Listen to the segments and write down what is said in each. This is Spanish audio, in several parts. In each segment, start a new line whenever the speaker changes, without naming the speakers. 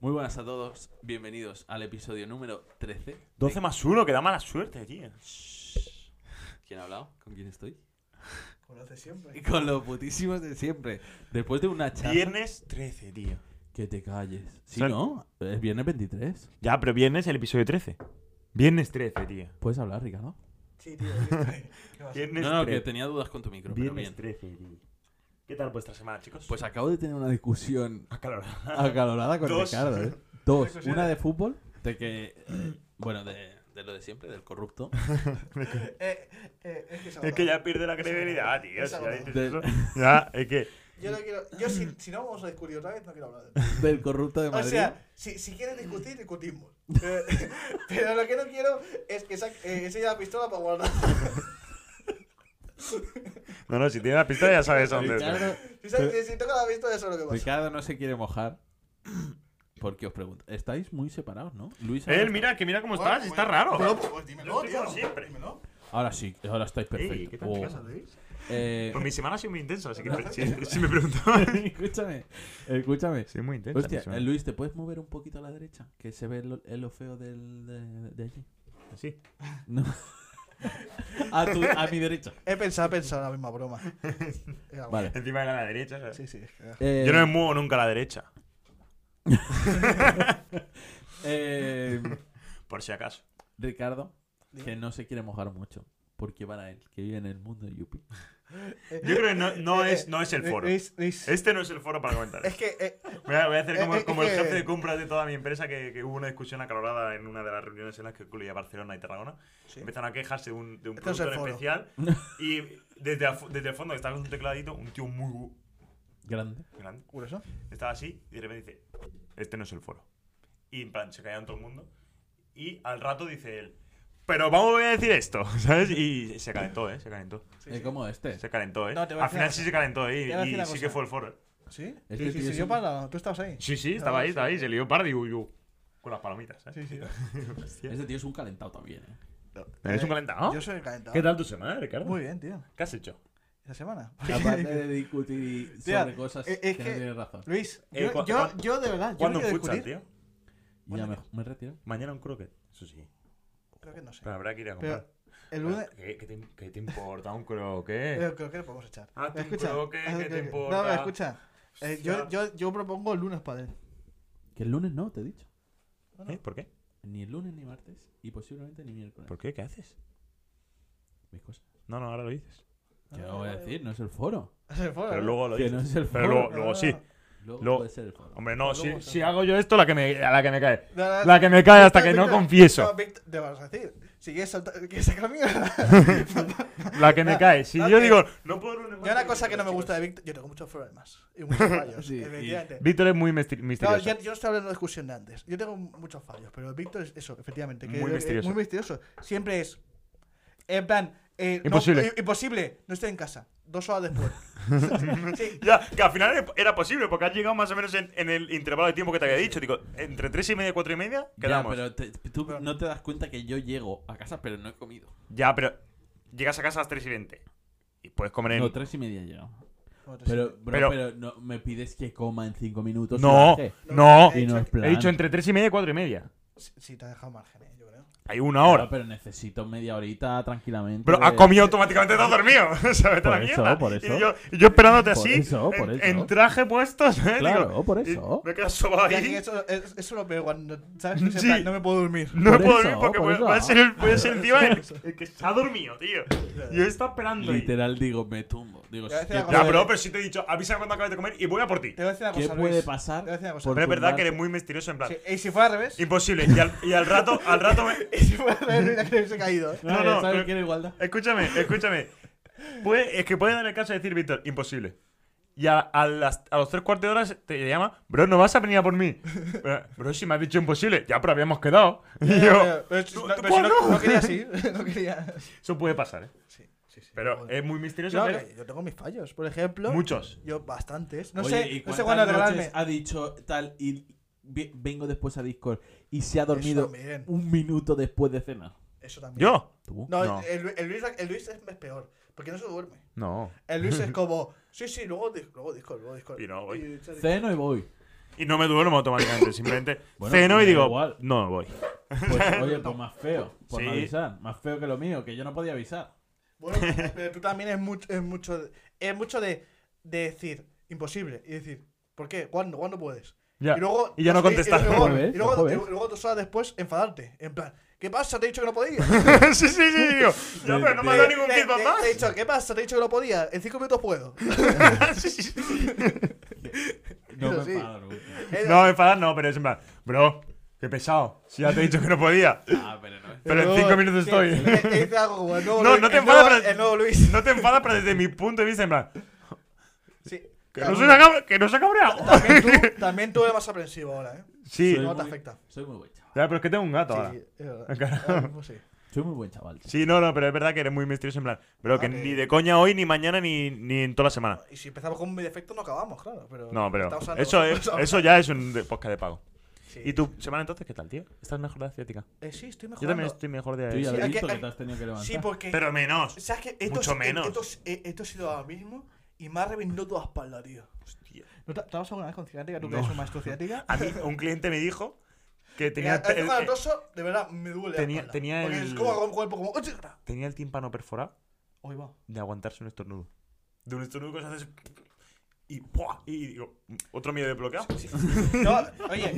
buenas a todos, bienvenidos al episodio número 13.
12 más 1, que da mala suerte, tío.
¿Quién ha hablado? ¿Con quién estoy?
Conoce siempre.
Con los putísimos de siempre. Después de una charla...
Viernes 13, tío.
Que te calles. Si
Son-
no, es viernes 23.
Ya, pero viernes el episodio 13. Viernes 13, tío.
¿Puedes hablar, Ricardo?
Sí, tío, aquí estoy. ¿Qué pasa?
Viernes
No, no, que
13.
tenía dudas con tu micro, pero
Viernes
bien.
13, tío. ¿Qué tal vuestra semana, chicos?
Pues acabo de tener una discusión
acalorada.
acalorada con
Dos.
Ricardo, ¿eh? Dos.
Discusiones.
Una de fútbol, de que... eh, bueno, de, de lo de siempre, del corrupto.
Eh, eh, es que, es
Es
agotador.
que ya pierde la credibilidad, tío.
Es
Si ya
agotador.
dices
De-
eso. Ya, es que.
Yo no quiero. Yo, si, si no vamos a discutir otra vez, no quiero hablar de él.
Del corrupto de
O
Madrid.
sea, si, si quieres discutir, discutimos. Pero, pero lo que no quiero es que saque eh, enseñe la pistola para guardar.
No, no, si tiene la pista ya sabes a dónde está.
Ricardo,
Si, saque- si toca la pistola, ya sabes lo que pasa.
Ricardo no se quiere mojar. Porque os pregunto, estáis muy separados, ¿no? Luis, ahora,
Él, mira, que mira cómo
Bueno,
estás,
bueno,
está raro.
Bueno, pues dímelo,
Yo estoy
tío.
como siempre.
Dímelo.
ahora sí, ahora estáis
Ey,
perfectos.
¿qué tal,
Oh.
chicas?
Eh,
Pues mi semana ha sido muy intensa, así que
Gracias.
si, si me preguntaban.
escúchame, escúchame.
Sí, muy intensa.
Hostia,
mi semana.
eh, Luis, ¿te puedes mover un poquito a la derecha? Que se ve lo, eh, lo feo del, de, de allí.
Sí.
No. a, tu- a mi derecha.
He pensado, he pensado la misma broma. Era
Vale.
Encima de la derecha, ¿sabes?
bueno. Sí, sí. es que-
Eh,
Yo no me muevo nunca a la derecha,
eh,
por si acaso.
Ricardo, que
Dime.
no se quiere mojar mucho. Porque para él, que vive en el mundo de Yupi.
Eh,
Yo creo que no, no,
eh,
es, no es el foro.
Luis, Luis.
Este no es el foro para comentar.
Es que. eh,
Voy a, voy a hacer
Eh,
como,
eh,
como el
eh.
jefe de compras de toda mi empresa que, que hubo una discusión acalorada en una de las reuniones en las que incluía Barcelona y Tarragona.
sí.
Empezaron a quejarse de un, de un
Este es el
producto en
foro.
especial y desde, afu- desde el fondo que estaba con un tecladito, un tío muy gu-
Grande.
grande,
Curioso.
estaba así y de repente dice, este no es el foro. Y en plan, se caían todo el mundo y al rato dice él, pero vamos voy a decir esto, ¿sabes? Y se calentó, ¿eh? Se calentó.
Sí,
Eh,
sí.
como este.
Se calentó, ¿eh?
No, te voy a
al
decir
final
una
sí
cosa.
se calentó, ¿eh? Y-
Te voy a
Y,
decir una
sí que
cosa.
fue el foro.
¿Sí?
Es
Sí,
que tío,
sí, sí,
es
yo
un-
para. Tú estabas ahí.
Sí, sí, estaba ahí, estaba ahí, se lió par y yo, yo con las palomitas, ¿sabes?
Sí, sí.
Hostia.
Este tío es un calentado también. ¿eh?
¿Eres
Eh,
un calentado?
Yo soy el calentado.
¿Qué tal tu semana, Ricardo?
Muy bien, tío.
¿Qué has hecho?
Esa semana.
Aparte de discutir
Tía,
sobre cosas
eh, es
que, no
que-
tienes razón.
Luis,
Eh,
yo,
¿cu-
yo,
cu-
yo de verdad, yo no
¿Cuándo
quiero
un futsal,
discutir.
tío?
Ya
Bueno,
me, me retiro.
Mañana un croquet. Eso sí.
Creo que no sé.
Pero habrá que ir a comprar.
Pero el lunes.
¿Qué, qué te, qué te importa un croquet?
Pero creo que le podemos echar.
Hazte un
Escucha,
croque,
hazte un
¿qué te
croque.
importa?
No, pero escucha. eh, yo,
Hostia.
yo, yo propongo el lunes para él.
Que el lunes no, te he dicho.
No, no.
¿Eh? ¿Por qué?
Ni el lunes, ni martes, y posiblemente ni miércoles.
¿Por qué? ¿Qué haces?
Mis cosas.
No, no, ahora lo dices.
Yo
Ah,
no voy a
vale,
decir, no es el foro.
Se fue,
Pero
¿no?
luego lo
Que
dices.
no es el
Pero
foro.
luego,
No,
luego
no,
sí.
no.
Luego
lo-
puede ser el foro.
Hombre, no,
Pero
si,
luego sí.
si hago yo esto, la que me, a la que me cae.
No, no,
La que me cae hasta
Víctor,
que no
Víctor,
confieso.
no, Víctor, te vas a decir. Si quieres saltar, quieres sacar mierda.
La que me
no,
cae. Si
no,
yo
que-
digo, no puedo hablar
Y una cosa que no me gusta de Víctor, yo tengo muchos problemas y muchos fallos.
Sí, y-
efectivamente.
Víctor es muy mister-
Este. No,
misterioso.
yo, yo no estoy hablando de discusión de antes. Yo tengo muchos fallos, pero Víctor es eso, efectivamente. Que
Muy
es-
misterioso.
muy misterioso. Siempre es. En plan. eh, no,
Imposible.
eh, imposible. No estoy en casa. Dos horas después. sí.
Ya, que al final era posible, porque has llegado más o menos en, en el intervalo de tiempo que te había dicho. Digo, entre 3 y media y 4 y media,
Ya,
quedamos. Ya, pero,
pero te- tú no te das cuenta que yo llego a casa, pero no he comido.
llegas a casa a las 3 y 20. Y puedes comer en.
No, tres y media he llegado.
Bueno, te
Pero,
siento.
bro, pero,
Pero-
no, me pides que coma en cinco minutos.
no,
y baje.
no.
Y no es plan.
He dicho entre 3 y media y 4 y media.
Sí, sí, te ha dejado margen, eh, yo creo.
Hay una
Claro,
hora.
pero necesito media horita tranquilamente.
Pero
de-
ha comido automáticamente, todo dormido. O sea, vete a la
Por eso,
mierda.
por eso.
Y yo, y yo esperándote
Por
así.
eso, por
en,
eso.
en traje puesto. ¿sabes?
Claro,
Digo, eh,
por
y
eso.
Me quedas sobado
Ya que
ahí.
eso, es- eso es lo peor cuando, ¿sabes? No, sé, en
Sí.
plan, no me puedo dormir.
No
Por
puedo
eso,
dormir porque
por
voy,
eso.
voy a ser, el- voy a ser encima el, el que se ha dormido, tío. Yo estaba esperando. ahí.
Literal, digo, me tumbo. Digo,
Ya,
¿qué,
ya,
Ya,
Joder.
bro, pero si te he dicho, avísame cuando acabes de comer y voy a por ti.
Te voy a decir una
qué
cosa.
puede
Luis.
pasar?
Te voy a decir una cosa.
por
Pero es verdad
tumbarte?
que eres muy misterioso en plan.
Sí, y si fuera al revés.
Imposible. Y al, y al rato, al rato me-
Y si fuera al revés, mira que hubiese caído. eh.
No,
No,
ya
no,
sabes
pero-
que era igualdad.
Escúchame, escúchame. Puede- es que puede dar el caso de decir, Víctor, imposible. Y a, a las- a los tres cuartos de horas te llama, bro, no vas a venir a por mí. Pero, Bro, si me has dicho imposible, ya, pero habíamos quedado. Y yo,
Pero- pero si-
¿tú-
no-
tú
pero si no-
cuándo?
no quería así. No quería.
eso puede pasar, ¿eh?
Sí, sí, sí.
Pero
Joder.
es muy misterioso,
Yo,
pero
yo tengo mis fallos. Por ejemplo,
muchos.
yo bastantes. No
Oye, ¿y
sé, no sé
cuántas
cuándo
noches
regalarme.
Ha dicho tal y vi- vengo después a Discord y se ha
Eso
dormido
también.
un minuto después de cenar.
Eso también.
¿Yo?
¿Tú?
No,
No.
El, el Luis, el Luis es es peor. Porque no se duerme.
No.
El Luis es como, sí, sí, luego, dis- luego Discord, luego Discord.
Y no voy.
sí, sí.
Ceno y voy.
Y no me duermo automáticamente. Simplemente
Bueno,
ceno
me
y
da
digo,
igual.
no voy.
Pues, oye, pues más feo, por no
Sí.
avisar. Más feo que lo mío, que yo no podía avisar.
Bueno, pero tú también es mucho, es mucho, es mucho de, de decir imposible y decir, ¿por qué? ¿Cuándo? ¿Cuándo puedes?
Ya.
Y, luego,
Y ya no
dos-
contestas.
Y, luego,
Ojo, ¿ves?
y luego-
Ojo, ¿ves?
y luego dos horas después enfadarte. En plan, ¿qué pasa? Te he dicho que no podía.
sí, sí, sí, digo. Ya, pero no me ha dado ningún
Te-
feedback
te- Te he
más.
dicho, ¿qué pasa? Te he dicho que no podía. En cinco minutos puedo.
Sí, sí, sí.
No
Eso
me
sí.
enfado nunca.
Eh,
No, enfadar no, pero es en plan, bro, qué pesado. Si ya te he dicho que no podía.
Ah, pero no.
Pero en
luego,
cinco minutos
te-
estoy.
Te, te dice algo como el nuevo
No,
Luis-
no te
el nuevo-
enfadas, pero-
El nuevo Luis.
No te enfadas, pero desde mi punto de vista, en plan,
Sí.
que no
Claro.
se ha cabreado. Que no se ha cabreado.
También tú, también tú eres más aprensivo ahora, ¿eh?
Sí,
Soy
No te
muy-
afecta.
Soy muy buen chaval.
ya, pero es que tengo un gato ahora.
Sí, sí, es verdad.
Claro.
Ahora mismo sí.
Soy muy buen chaval. tío.
Sí, no, no, pero es verdad que eres muy misterioso en plan. Pero que
Ah, que-
ni de coña hoy, ni mañana, ni, ni en toda la semana.
Y si empezamos con mi defecto no acabamos, claro. Pero
No, pero
estamos hablando-
eso, es,
estamos-
eso ya es un de- podcast de pago.
Sí.
¿Y tu semana entonces qué tal, tío? ¿Estás mejor de asiática?
Eh, sí, estoy mejorando.
Yo también estoy mejor de
Tú ya
asiática.
lo
Sí,
he
aquí-
visto que
aquí-
te has tenido que levantar.
Sí, porque...
Pero menos.
¿Sabes qué? Esto,
mucho
es-
menos.
Esto, es- eh, esto ha sido ahora mismo y me ha reventado toda la espalda, tío.
Hostia.
¿No te, te has alguna vez con ciática? ¿Tú
No.
que eres un maestro ciática?
A mí, un cliente me dijo que tenía, eh,
Tenía,
el- el-
el torso, de verdad, me duele
tenía-
la espalda.
tenía
Porque
el-
es como un cuerpo como... ¡Oye!
tenía el tímpano perforado
Hoy va.
de aguantarse un estornudo. De un estornudo que se hace. Y, ¡buah! y digo, otro miedo desbloqueado.
No, oye,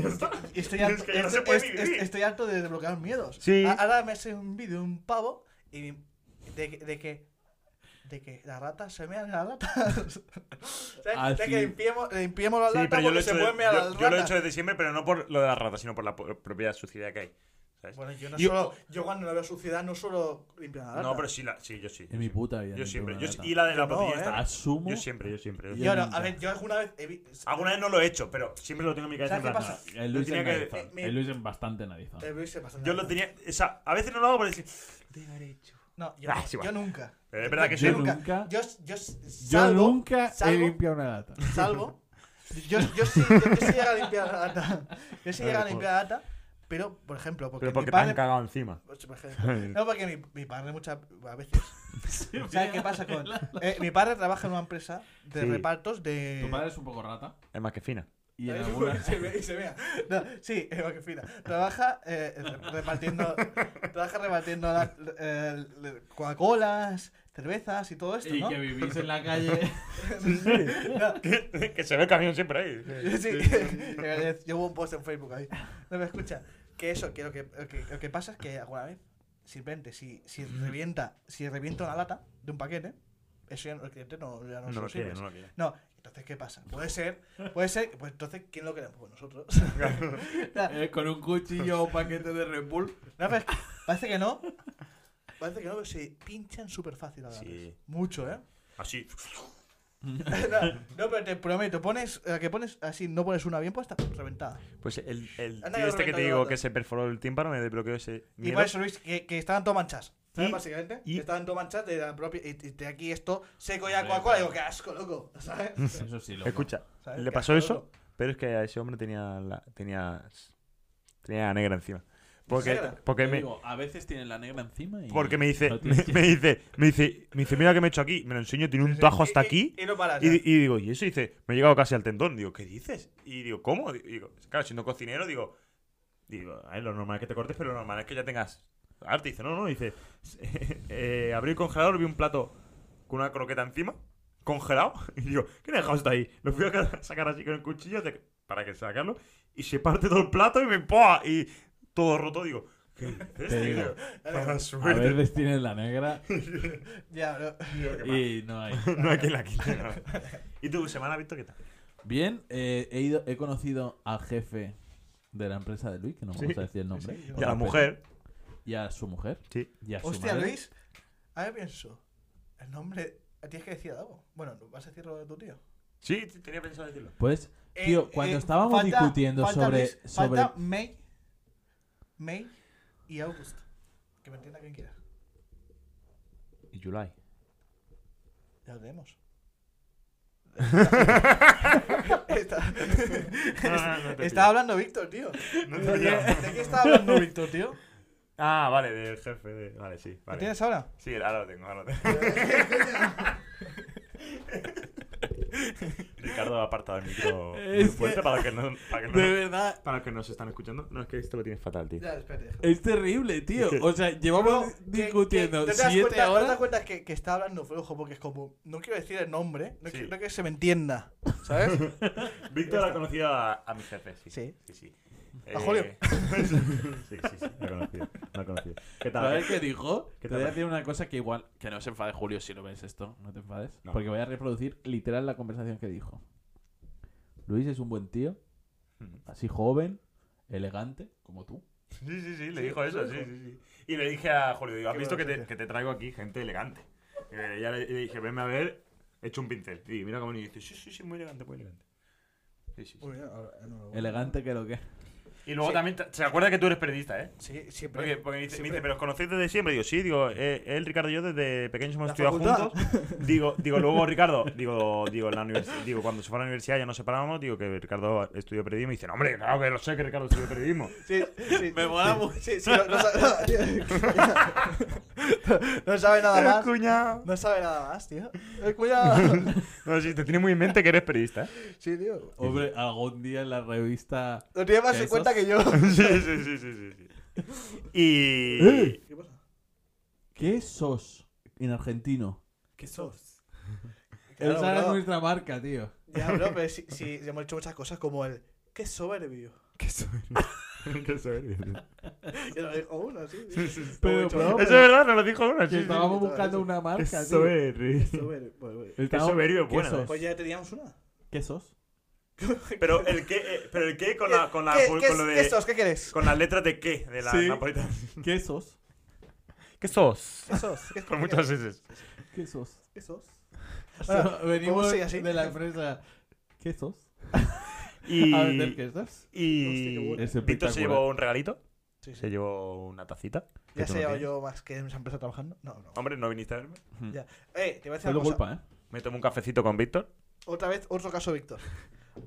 estoy harto,
que ya no se puede
es- es-
vivir.
estoy harto de desbloquear miedos.
Sí.
A- Ahora me hace un vídeo de un pavo y de, que- de que. De que las ratas se mean en las ratas. ¿Sabes?
Ah,
de
sí.
que limpiemos, limpiemos las
Sí,
latas
pero yo lo,
porque
he
se
hecho de-
pueden mear
yo-
las
yo lo he
ratas.
hecho desde siempre, pero no por lo de las ratas, sino por la po- propia suciedad que hay. ¿sabes?
Bueno, yo no
Yo-
solo. Yo cuando no veo suciedad no suelo limpiar las ratas.
no, pero sí, la, sí, yo sí.
En mi puta vida.
Yo siempre. Yo,
tengo una
sí-
lata.
y la de la
Yo no,
plantilla
¿eh?
está.
Asumo.
Yo siempre, yo siempre. yo
Yo-
Yo no,
nunca.
a ver, yo alguna vez. he vi-
Alguna vez no lo he hecho, pero siempre lo tengo en mi cabeza.
¿Sabes
en plan,
qué pasa?
"Ah,
El
lo
Luis
tenía
en
que-
narizón.
eh, me-
El Luis en bastante narizón.
eh, Luis se pasa
Yo lo
nada.
tenía. O sea, a veces no lo hago por decir. Lo tenía que haber hecho.
No, yo,
Ah, es igual.
yo nunca.
Pero es verdad que
Yo
sí.
nunca-
Yo, yo
Yo
salgo-
nunca he
salgo-
limpiado una lata.
Salvo. Yo, yo, sí, yo, yo sí llego a limpiar la lata. Yo sí
Vale,
llego a
por-
limpiar la lata, pero, por ejemplo, porque,
Pero porque
mi
te han
padre. pues,
cagado encima.
por ejemplo, No, porque mi, mi padre muchas a veces. ¿Sabes qué pasa con.? eh, mi padre trabaja en una empresa de
Sí.
repartos de.
Tu padre es un poco rata.
Es más que fina.
Y en algunas.
se ve- se vea. No, sí, es que fina. Trabaja eh, re- repartiendo. trabaja repartiendo la- eh, le- Coca-Colas, cervezas y todo esto,
Y
¿no?
que vivís en la calle.
No,
que se ve el camión siempre ahí.
Sí, eh, yo hubo un post en Facebook ahí. No me escucha. Que eso, que lo que, lo que, lo que pasa es que alguna vez, simplemente, si, si revienta, si revienta una lata de un paquete, eso ya no- el cliente no, ya no, se
No lo quiere,
sirves.
no lo quiere.
No, entonces, ¿qué pasa? Puede ser, puede ser, pues entonces, ¿quién lo queremos? Pues nosotros.
eh, con un cuchillo o un paquete de Red Bull.
No, pero es que parece que no. Parece que no, pero se pinchan súper fácil a
Sí.
Mucho, ¿eh?
Así.
No, no, pero te prometo, pones, la que pones así, no pones una bien puesta, reventada.
Pues el, el
Anda,
tío
que
este que
reventó
te
la
digo
lata.
que se perforó el tímpano me desbloqueó ese.
Y
miedo.
por eso, Luis, que, que estaban todas manchas. ¿Sabes?
Y-
Básicamente.
y-
que estaban todas manchas de la propia. Y, y de aquí esto seco ya
Hombre,
Coca-Cola.
claro.
Digo, qué asco, loco. ¿Sabes?
Eso sí, lo
Escucha,
¿Sabes?
le
Qué
pasó
asco,
eso,
loco.
pero es que a ese hombre tenía la, tenía, tenía la negra encima. Porque,
¿Negra?
porque me,
digo, a veces tienen la negra encima y.
Porque me dice,
no
me,
tienes que-
me dice, me dice, me dice, mira que me he hecho aquí. Me lo enseño, tiene un tajo hasta
Y- y-
aquí.
Y, no paras.
Y,
ya.
di- y digo, y eso dice, me he llegado casi al tendón. Digo, ¿qué dices? Y digo, ¿cómo? Y Digo, claro, siendo cocinero, digo, digo, "Ay, lo normal es que te cortes, pero lo normal es que ya tengas arte. Dice, no, no, dice, eh, abrí el congelador, vi un plato con una croqueta encima, congelado. Y digo, ¿quién ha dejado esto ahí? Lo fui a ca- sacar así con el cuchillo de- para que sacarlo. Y se parte todo el plato y me ¡pua! Y todo roto, digo, ¿qué dices,
Te
tío?
digo,
Para
A
suerte.
veces tienen la negra
Ya, pero-
y no hay.
no hay quien la quite. no. ¿Y tu semana, Víctor, qué tal?
Bien, eh, he, ido, he conocido al jefe de la empresa de Luis, que no
Sí.
vamos a decir el nombre.
Sí,
por
Y a la
respeto.
mujer.
Y a su mujer.
Sí.
Y a su
Hostia,
madre.
Luis. A ver, pienso. El nombre. Tienes que decir algo. Bueno, ¿no vas a decirlo de tu tío.
Sí, t- tenía pensado decirlo.
Pues, tío,
Eh,
cuando
eh,
estábamos
falta-
discutiendo
falta
sobre.
Luis,
sobre...
Falta May. May y August. Que me entienda quien quiera.
Y July.
Ya lo tenemos. Está-
No, no, no te
Estaba hablando Víctor, tío.
No
¿De
te
qué,
pillo.
de qué estaba hablando Víctor, tío?
Ah, vale, del jefe. de- Vale, sí.
¿Lo
Vale.
tienes ahora?
Sí, ahora lo tengo, ahora lo tengo. Ricardo apartado el micro
Es
muy fuerte
que-
para que no. Para que no
De verdad.
para los que nos están escuchando, no es que esto lo tienes fatal, tío.
Ya, espérate.
Eh,
Es terrible, tío. O sea, llevamos
Bro, que-
discutiendo
que- ¿no te das
siete
cuenta- ¿No te das
horas.
cuenta que, que está hablando flojo? Porque es como. No quiero decir el nombre, no,
Sí.
quiero, no que se me entienda. ¿Sabes?
Víctor ha conocido a, a mi jefe, sí.
Sí.
sí, sí. Eh,
¿A Julio?
sí, sí, sí, lo he conocido. Lo he conocido. ¿Qué tal?
¿Sabes qué dijo?
¿Qué
te voy a
tal?
decir una cosa que igual, que no se enfade Julio si lo ves esto, no te enfades.
No.
Porque voy a reproducir literal la conversación que dijo. Luis es un buen tío, así joven, elegante, como tú.
Mm. Sí, sí, sí, le
Sí,
dijo
lo
eso, sí,
dijo.
sí, sí. Y le dije a Julio, digo, has
Qué
visto que te,
maravilla.
que te traigo aquí gente elegante. Y le, ya le- le dije, venme a ver, he hecho un pincel. Y mira cómo niño dice, sí, sí, sí, muy elegante, muy elegante. Sí, sí, sí.
Uy, ahora- enhorabuena.
Elegante que lo que.
Y luego
Sí.
también, te- ¿se acuerda que tú eres periodista, eh?
Sí, siempre.
Porque, porque me dice, me
siempre.
dice, pero os conocéis desde siempre. Digo, sí, digo, eh, él, Ricardo y yo desde pequeños hemos
La
estudiado
facultad.
juntos. Digo, digo, luego Ricardo, digo, digo, en la universidad, digo, cuando se fue a la universidad ya nos separábamos, digo que Ricardo estudió periodismo. Y dice, no, hombre, claro que lo sé que Ricardo estudió periodismo.
Sí, sí,
Me
sí,
mola
sí,
mucho.
Sí, sí, no, no sabe, no sabe nada
El
más.
cuñado.
No sabe nada más, tío. Eh, Cuidado.
No, sí, te tiene muy en mente que eres periodista. ¿eh?
Sí, tío.
Hombre, algún día en la revista.
Lo tiene más en
Esos-
cuenta que yo.
Sí, sí, sí, sí, sí. sí. Y.
¿Eh? ¿Qué sos en argentino?
¿Qué sos?
Claro,
Esa es
bro.
nuestra marca, tío.
Ya, bro, pero si, si hemos hecho muchas cosas como el. Qué soberbio.
¿Qué sos?
Qué soberbio.
Y lo dijo uno, sí. sí.
Pero,
mucho.
bro,
Eso es verdad, nos lo dijo una.
que
Sí, sí, sí.
estábamos buscando una marca, tío.
soberbio.
Qué soberbio. Bueno, bueno.
Qué
Estábamos-
soberbio es
¿Qué
buena.
sos?
Pues ya teníamos una.
¿Qué sos?
Pero el qué, eh, pero el qué con la, con la,
¿Qué,
con
qué,
lo de,
qué sos? ¿Qué quieres?
con las letras de qué de la
Sí.
napolitana.
¿Qué sos?
¿Qué sos?
¿Qué sos? ¿Qué,
Con
qué
muchas
quieres?
veces.
¿Qué sos?
¿Qué sos?
Bueno, venimos
sigue así?
de la empresa. ¿Qué sos?
Y,
A vender qué sos.
Hostia, qué
y
bueno.
Es
Víctor se
espectacular.
llevó un regalito,
Sí, sí.
se llevó una tacita. que
Ya
tú
sé
no
yo,
tienes.
más que en esa empresa trabajando. No, no.
Hombre, no viniste a verme.
Ya. Eh, te voy a decir
Fue
una
tu
cosa.
culpa, ¿eh?
Me tomé un cafecito con Víctor.
Otra vez, otro caso Víctor.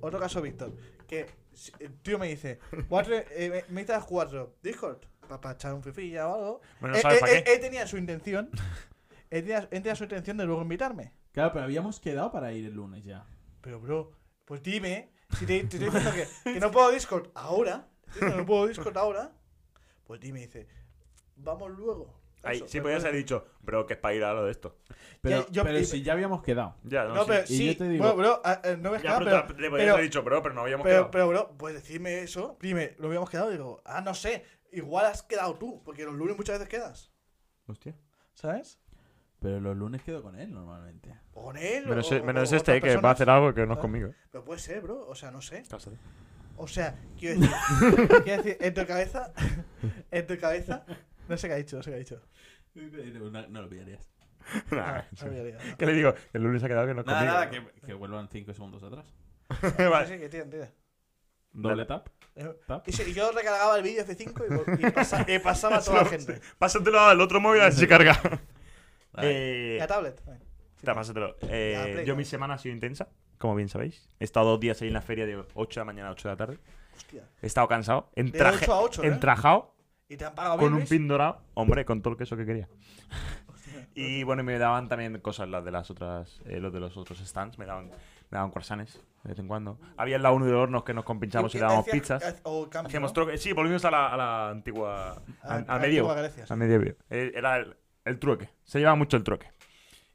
Otro caso Víctor. Que si- el tío me dice, cuatro, eh, me- me necesitas cuatro Discord para echar un fifilla o algo.
Bueno,
Eh,
¿sabes
eh,
para
eh,
qué?
él tenía su intención. Él tenía, él tenía su intención de luego invitarme.
Claro, pero habíamos quedado para ir el lunes ya.
Pero, bro, pues dime, si te, te estoy diciendo que, que no puedo Discord ahora, te estoy diciendo que no puedo Discord ahora, pues dime, dice, vamos luego.
Ahí,
Eso,
sí, pues
me
podías
parece-
haber dicho, bro, que es para ir a lo de esto.
Pero,
yo-
pero
y-
si ya habíamos quedado.
Ya, no,
No,
sí.
pero
y
sí,
yo te digo-
bueno, bro, ah, eh, no me
Ya,
quedaba,
pero,
pero,
te- le podías
pero-
haber dicho, bro, pero no habíamos
pero,
quedado.
pero, bro, pues decirme eso, dime, lo habíamos quedado, digo, ah, no sé, igual has quedado tú, porque los lunes muchas veces quedas,
Hostia.
¿sabes?
Pero los lunes quedo con él normalmente.
O con él, o-
Menos,
o,
menos
o
este,
otras
eh, que va a
personas.
hacer algo que no es
Ah.
conmigo.
Pero puede ser, bro, o sea, no sé.
Cásate.
O sea, quiero decir, quiero decir, en tu cabeza, en tu cabeza, no sé qué ha dicho, no sé qué ha dicho.
No, no lo pillarías.
Nah,
No había liado, no.
¿Qué le digo? El lunes ha quedado que no es
Nada,
conmigo.
nada, que, que vuelvan 5 segundos atrás.
Vale.
Sí, sí, que tira, tira.
Doble tap.
Eh,
tap.
Y, sí, y yo recargaba el vídeo F5 y, vol- y pasa- y pasaba a toda la gente.
Pásatelo al otro móvil a ver si carga.
Vale.
Eh,
Y a tablet. eh.
Ta, pásatelo. Eh,
Ya, play,
yo
ya.
mi semana ha sido intensa, como bien sabéis. He estado dos días ahí en la feria de 8 de la mañana a 8 de la tarde.
Hostia.
He estado cansado. En
De
traje,
8 a 8, ¿eh?
entrajado,
Y te han pagado bien,
con un
Luis?
pin dorado. Hombre, con todo el queso que quería.
Hostia.
Y bueno, me daban también cosas las de las otras, eh, los de los otros stands. Me daban, me daban croissants de vez en cuando. Había el lado uno de hornos que nos compinchamos y le
Y-
dábamos
hacías-
pizzas.
haz- O cambio,
Hacíamos
¿no?
trueque. Sí, volvimos a la, a la antigua.
A-
al-
a
al
la
medievo.
antigua Grecia, sí.
Al medievo. Eh, Era el, el trueque. Se llevaba mucho el trueque.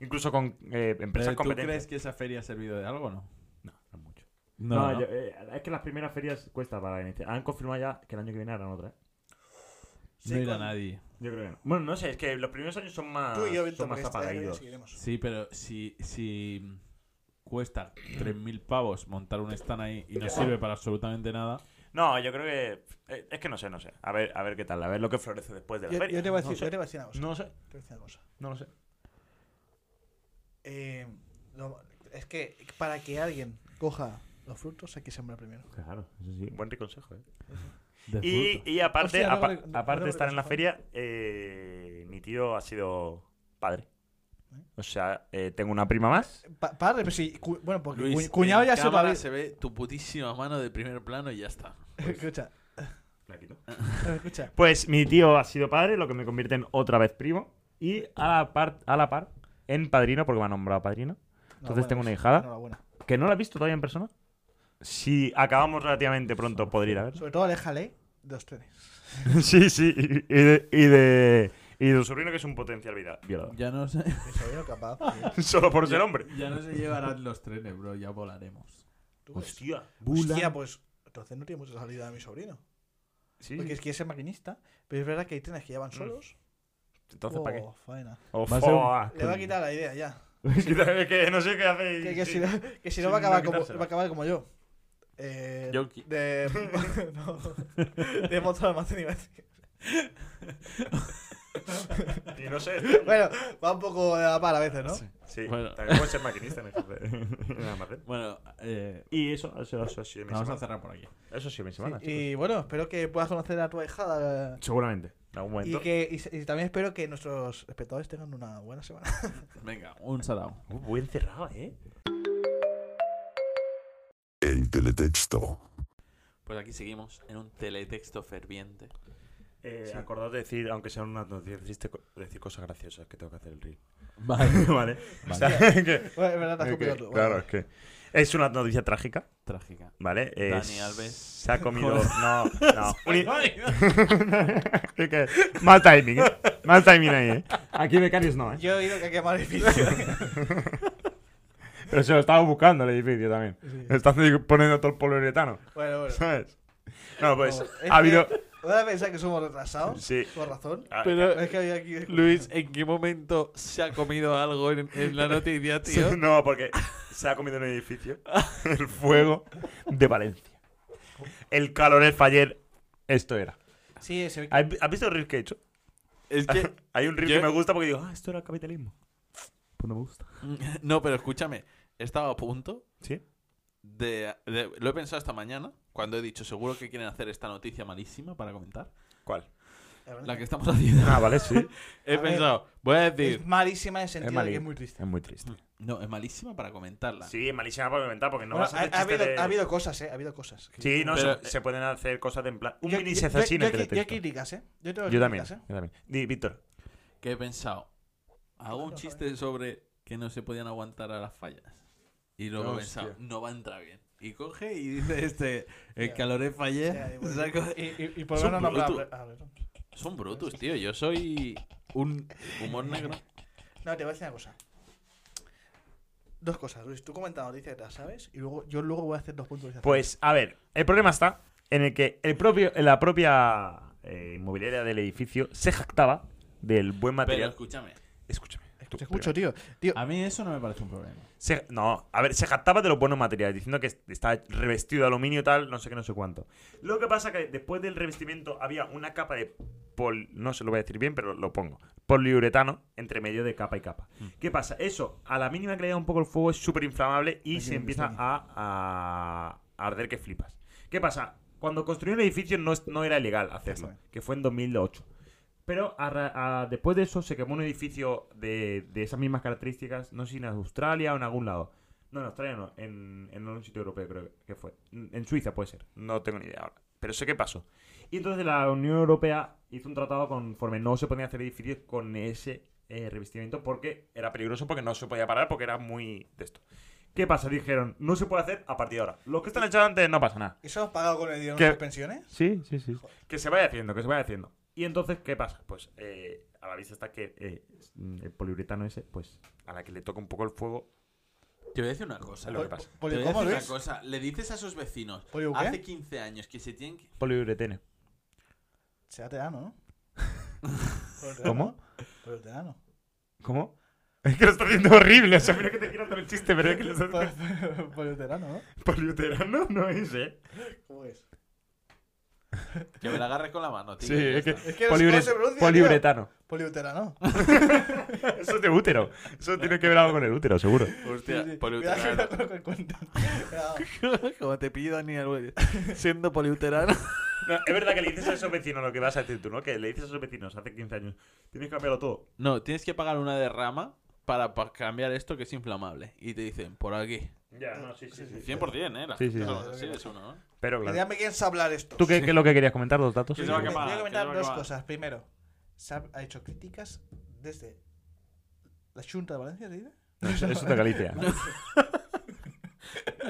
Incluso con eh, empresas
Pero, ¿Tú
competentes.
crees que esa feria ha servido de algo o no?
No, no mucho.
No,
No,
no.
yo- eh, es que las primeras ferias cuesta para iniciar. Han confirmado ya que el año que viene harán otra. ¿eh?
No
Sí,
irá
con-
nadie.
Yo creo que no. Bueno, no sé, es que los primeros años son más,
Tú y yo, Víctor,
Ah, son más
porque este año
apagaditos.
seguiremos.
Sí, pero si, si cuesta 3.000 pavos montar un stand ahí y no sirve para absolutamente nada.
No, yo creo que. eh, Es que no sé, no sé. A ver, a ver qué tal, a ver lo que florece después de la
Yo,
feria.
yo te voy a
No
decir,
sé.
yo te voy a decir una cosa.
No lo sé,
te voy a decir una cosa.
no lo sé.
Eh, lo- es que para que alguien coja los frutos hay que sembrar primero.
Claro, eso sí. Buen consejo, eh.
De
Y,
fruta.
y aparte,
Hostia, no
apa-
me- no- no
aparte
me
de estar en la
reconozco.
feria, eh, mi tío ha sido padre.
¿Eh?
O sea, eh, tengo una prima más.
Pa- padre, pero sí, cu- bueno, porque cu- cuñado
en
ya se lo
cámara
había-
se ve tu putísima mano de primer plano y ya está.
Escucha, escucha.
Pues mi tío ha sido padre, lo que me convierte en otra vez primo. Y a la par, a la par en padrino, porque me ha nombrado padrino. Entonces tengo una hijada.
Enhorabuena.
que no la he visto todavía en persona, si acabamos relativamente pronto, podría ir a verla.
Sobre todo aléjale de los trenes.
sí, sí. Y y de, y, de, y de su sobrino, que es un potencial vida- violador.
Ya no se,
Mi sobrino capaz.
Solo por ser hombre.
ya no se llevarán los trenes, bro. Ya volaremos.
Tú,
Hostia.
Hostia, pues entonces no tiene mucha salida de mi sobrino.
Sí.
Porque es que es el maquinista, pero es verdad que hay trenes que llevan solos.
Mm. Entonces, ¿para qué?
Oh, faena.
Oh,
Va a ser un-
fuck.
Le va a quitar la idea ya.
Quítame, que no sé qué hace. y-
Que, que
sí.
si no, que si no
Sí,
va, a acabar
no
como,
quitársela.
va a acabar como yo. Eh,
Yo qui-
de. no, de monstruo de almacén iba a decir.
Y no sé. este-
Bueno, va un poco de la par a veces, ¿no?
Sí.
Sí,
Bueno.
también puede ser maquinista en el jefe. en el almacén.
Bueno, eh,
Y eso, eso, eso ha sido mi
vamos a
semana.
cerrar por aquí.
Eso ha sido mi semana. chicos.
Y bueno, espero que puedas conocer a tu ahijada. eh,
Seguramente. En algún
Y,
momento.
que, y, se- y también espero que nuestros espectadores tengan una buena semana.
Venga, un salado.
Uh, buen cerrado, ¿eh?
El teletexto.
Pues aquí seguimos en un teletexto ferviente.
Eh, Acordad de decir, aunque sea una noticia triste, co- decir cosas graciosas que tengo que hacer el reel.
Vale,
vale. O sea, que-
Bueno, es verdad, te has
que-
copiado tú. Bueno,
claro, es que. Es una noticia trágica,
trágica.
¿vale? Eh,
Dani Alves.
Se ha comido. no, no. Uni- Es que- Mal timing, ¿eh? Mal timing ahí, ¿eh? Aquí becarios no, ¿eh?
Yo he oído que ha quemado el edificio.
Pero se lo estaba buscando el edificio también.
Sí.
Está poniendo todo el poliuretano,
bueno, bueno.
¿sabes? No, pues
Como- es
ha habido.
que- ¿Van a pensar que somos retrasados?
Sí.
Por razón.
Ah,
Pero,
Es que había aquí.
Luis, ¿en qué momento se ha comido algo en, en la noticia, tío?
No, porque se ha comido en un edificio. El fuego de Valencia. El calor ayer. Esto era.
Sí, se ve que.
¿Has has visto el reel que he hecho?
Es que.
Hay un reel
Yo-
que me gusta porque digo, ah, esto era capitalismo. Pues no me gusta.
No, pero escúchame. Estaba a punto
¿Sí?
de, de- Lo he pensado esta mañana, cuando he dicho, seguro que quieren hacer esta noticia malísima para comentar.
¿Cuál?
La que estamos haciendo.
Ah, vale, sí.
He
A ver.
pensado, voy a
Es
decir.
malísima en el sentido de que
mali-
es muy triste.
Es muy triste.
No, es malísima para comentarla.
Sí, malísima para inventar porque no
Bueno,
vas a
ha,
hacer
ha habido,
chistes de-
ha habido cosas, ¿eh? Ha habido cosas.
Sí, no,
Pero-
se, se pueden hacer cosas de en plan. Un
Yo-
mini
yo-
se
yo,
asesino
yo,
en
yo, yo
teletexto.
críticas, ¿eh? Yo, tengo
Yo también,
críticas, ¿eh?
yo también. Di, Víctor.
Que he pensado. Hago un chiste sobre que no se podían aguantar a las fallas. Y luego he
Hostia.
pensado, no va a entrar bien. Y coge y dice este, el
Ya.
calor es
Ya,
fallé.
y bueno,
saco-
Y, y, y por
Es un
menos nombrar a
bruto.
Bre- a Breton.
Son brutus, tío. Yo soy un humor negro.
No, te voy a decir una cosa. Dos cosas, Luis. Tú comentas noticias que te las sabes y luego yo luego voy a hacer dos puntualizaciones.
Pues, a ver, el problema está en el que el propio, la propia eh, inmobiliaria del edificio se jactaba del buen
Pero
material.
escúchame.
escúchame. tú,
te escucho,
primero.
tío. Tío,
A mí eso no me parece un problema.
Se- no, a ver, se jactaba de los buenos materiales, diciendo que está revestido de aluminio tal, no sé qué, no sé cuánto. Lo que pasa que después del revestimiento había una capa de pol... No se lo voy a decir bien, pero lo pongo. Poliuretano entre medio de capa y capa. ¿Qué pasa? Eso, a la mínima que le da un poco el fuego, es súper inflamable y se empieza a, a arder que flipas. ¿Qué pasa? Cuando construyó el edificio no, es- no era legal hacerlo, que fue en 2008. Pero a ra- a- después de eso se quemó un edificio de, de esas mismas características, no sé si en Australia o en algún lado. No, en Australia no, en, en un sitio europeo creo que fue. En Suiza puede ser, no tengo ni idea ahora. Pero sé qué pasó. Y entonces la Unión Europea hizo un tratado conforme no se podían hacer edificios con ese eh, revestimiento porque era peligroso, porque no se podía parar, porque era muy de esto. ¿Qué pasa? Dijeron, no se puede hacer a partir de ahora. Los que están echados antes no pasa nada.
¿eso has pagado con el dinero
¿Qué?
de las pensiones?
Sí, sí, sí. Que se vaya haciendo, que se vaya haciendo. Y entonces, ¿qué pasa? Pues eh, a la vista está que eh, el poliuretano ese, pues a la que le toca un poco el fuego,
Te voy a decir una cosa.
es lo que
Te
pasa.
voy a
Polio,
decir
¿Cómo,
una
Luis?
cosa. Le dices a sus vecinos
¿Polio qué?
hace 15 años que se tienen que...
Poliuretano.
Se da terano, ¿no?
¿Cómo?
Por el terano.
¿Cómo? Es que lo está haciendo horrible. O sea, mira que te quiero hacer el chiste, pero es que lo está haciendo...
Por el terano, ¿no?
Poliuretano no es, ¿eh?
¿Cómo es?
Que me la agarres con la mano, tío.
Sí,
y ya
es que,
está.
Es que no sé
poliure-
cómo se pronuncia,
poliuretano.
Poliuterano.
Eso es de útero. Eso tiene que ver algo con el útero, seguro.
Hostia,
Sí, sí.
poliuterano.
Cuidado que no lo cuento. Cuidado.
Como te pillo ni Siendo poliuterano.
No, es verdad que le dices a esos vecinos lo que vas a decir tú, ¿no? Que le dices a esos vecinos hace 15 años, tienes que cambiarlo todo.
No, tienes que pagar una derrama para, pa- cambiar esto que es inflamable. Y te dicen, por aquí.
Ya, no, sí, sí.
100%, ¿eh? La
Sí, sí,
gente
sí.
son así, es uno, ¿no?
Pero
Que
claro.
ya me quieren saber hablar esto.
¿Tú qué, qué es lo que querías comentar, los datos?
Que se va a
Voy
quemar.
a comentar
que se va a
dos
acabar.
cosas. Primero, se ha, ha hecho críticas desde la Junta de Valencia, ¿se dice?
Eso es de Galicia.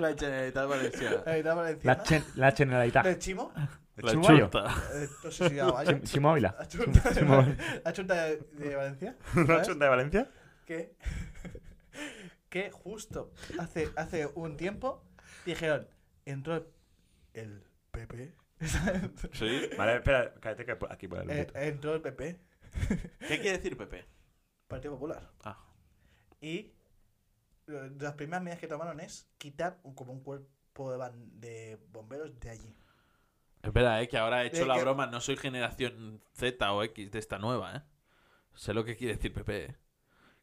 La Generalitat
Eh,
Valenciana.
La editada valenciana.
La, chen- la Generalitat.
¿De Chimo?
La
Chungo yo.
chunta.
Eh, no sé si hago
Chim- Chimo Ávila.
La chunta de,
Chimo.
la chunta de, de Valencia.
¿La
¿sabes?
chunta de Valencia?
que, que justo hace, hace un tiempo dijeron, entró el- el PP.
Sí.
Vale, espera, cállate que aquí puede
Eh, entró el PP,
¿Qué quiere decir Pepe?
Partido Popular.
Ah.
Y lo- las primeras medidas que tomaron es quitar un- como un cuerpo de, ban- de bomberos de allí.
Espera, eh, que ahora he hecho
Eh,
la
que-
broma. No soy generación Z o X de esta nueva, eh. Sé lo que quiere decir Pepe, eh.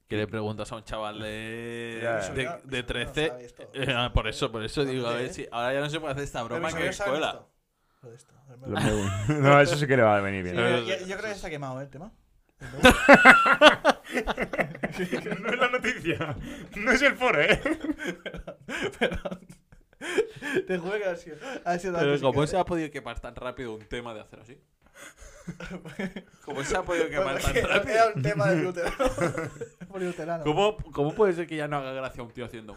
Que le preguntas a un chaval de,
Ya,
ya.
de,
Mi sobrino-
de
mi sobrino
13.
sabe esto.
eh, ah, por eso, por eso
No,
digo, a
sí,
ver
eh.
si. Ahora ya no se puede hacer esta broma
Pero
en
mis
la
amigos saben
escuela.
esto. Lo de esto, el
Lo
meme.
me voy.
No, eso sí que le va a venir
Sí,
bien.
yo, yo- yo creo que está quemado ¿eh, el tema.
No es la noticia. No es el foro, ¿eh?
Te juro que ha sido. Ha sido
Pero
antes,
¿cómo
que-
se ha podido quemar tan rápido un tema de hacer así? ¿Cómo se ha podido quemar tan
Porque
rápido?
Era un tema de Luterano. Por Luterano.
¿Cómo, ¿Cómo puede ser que ya no haga gracia un tío haciendo?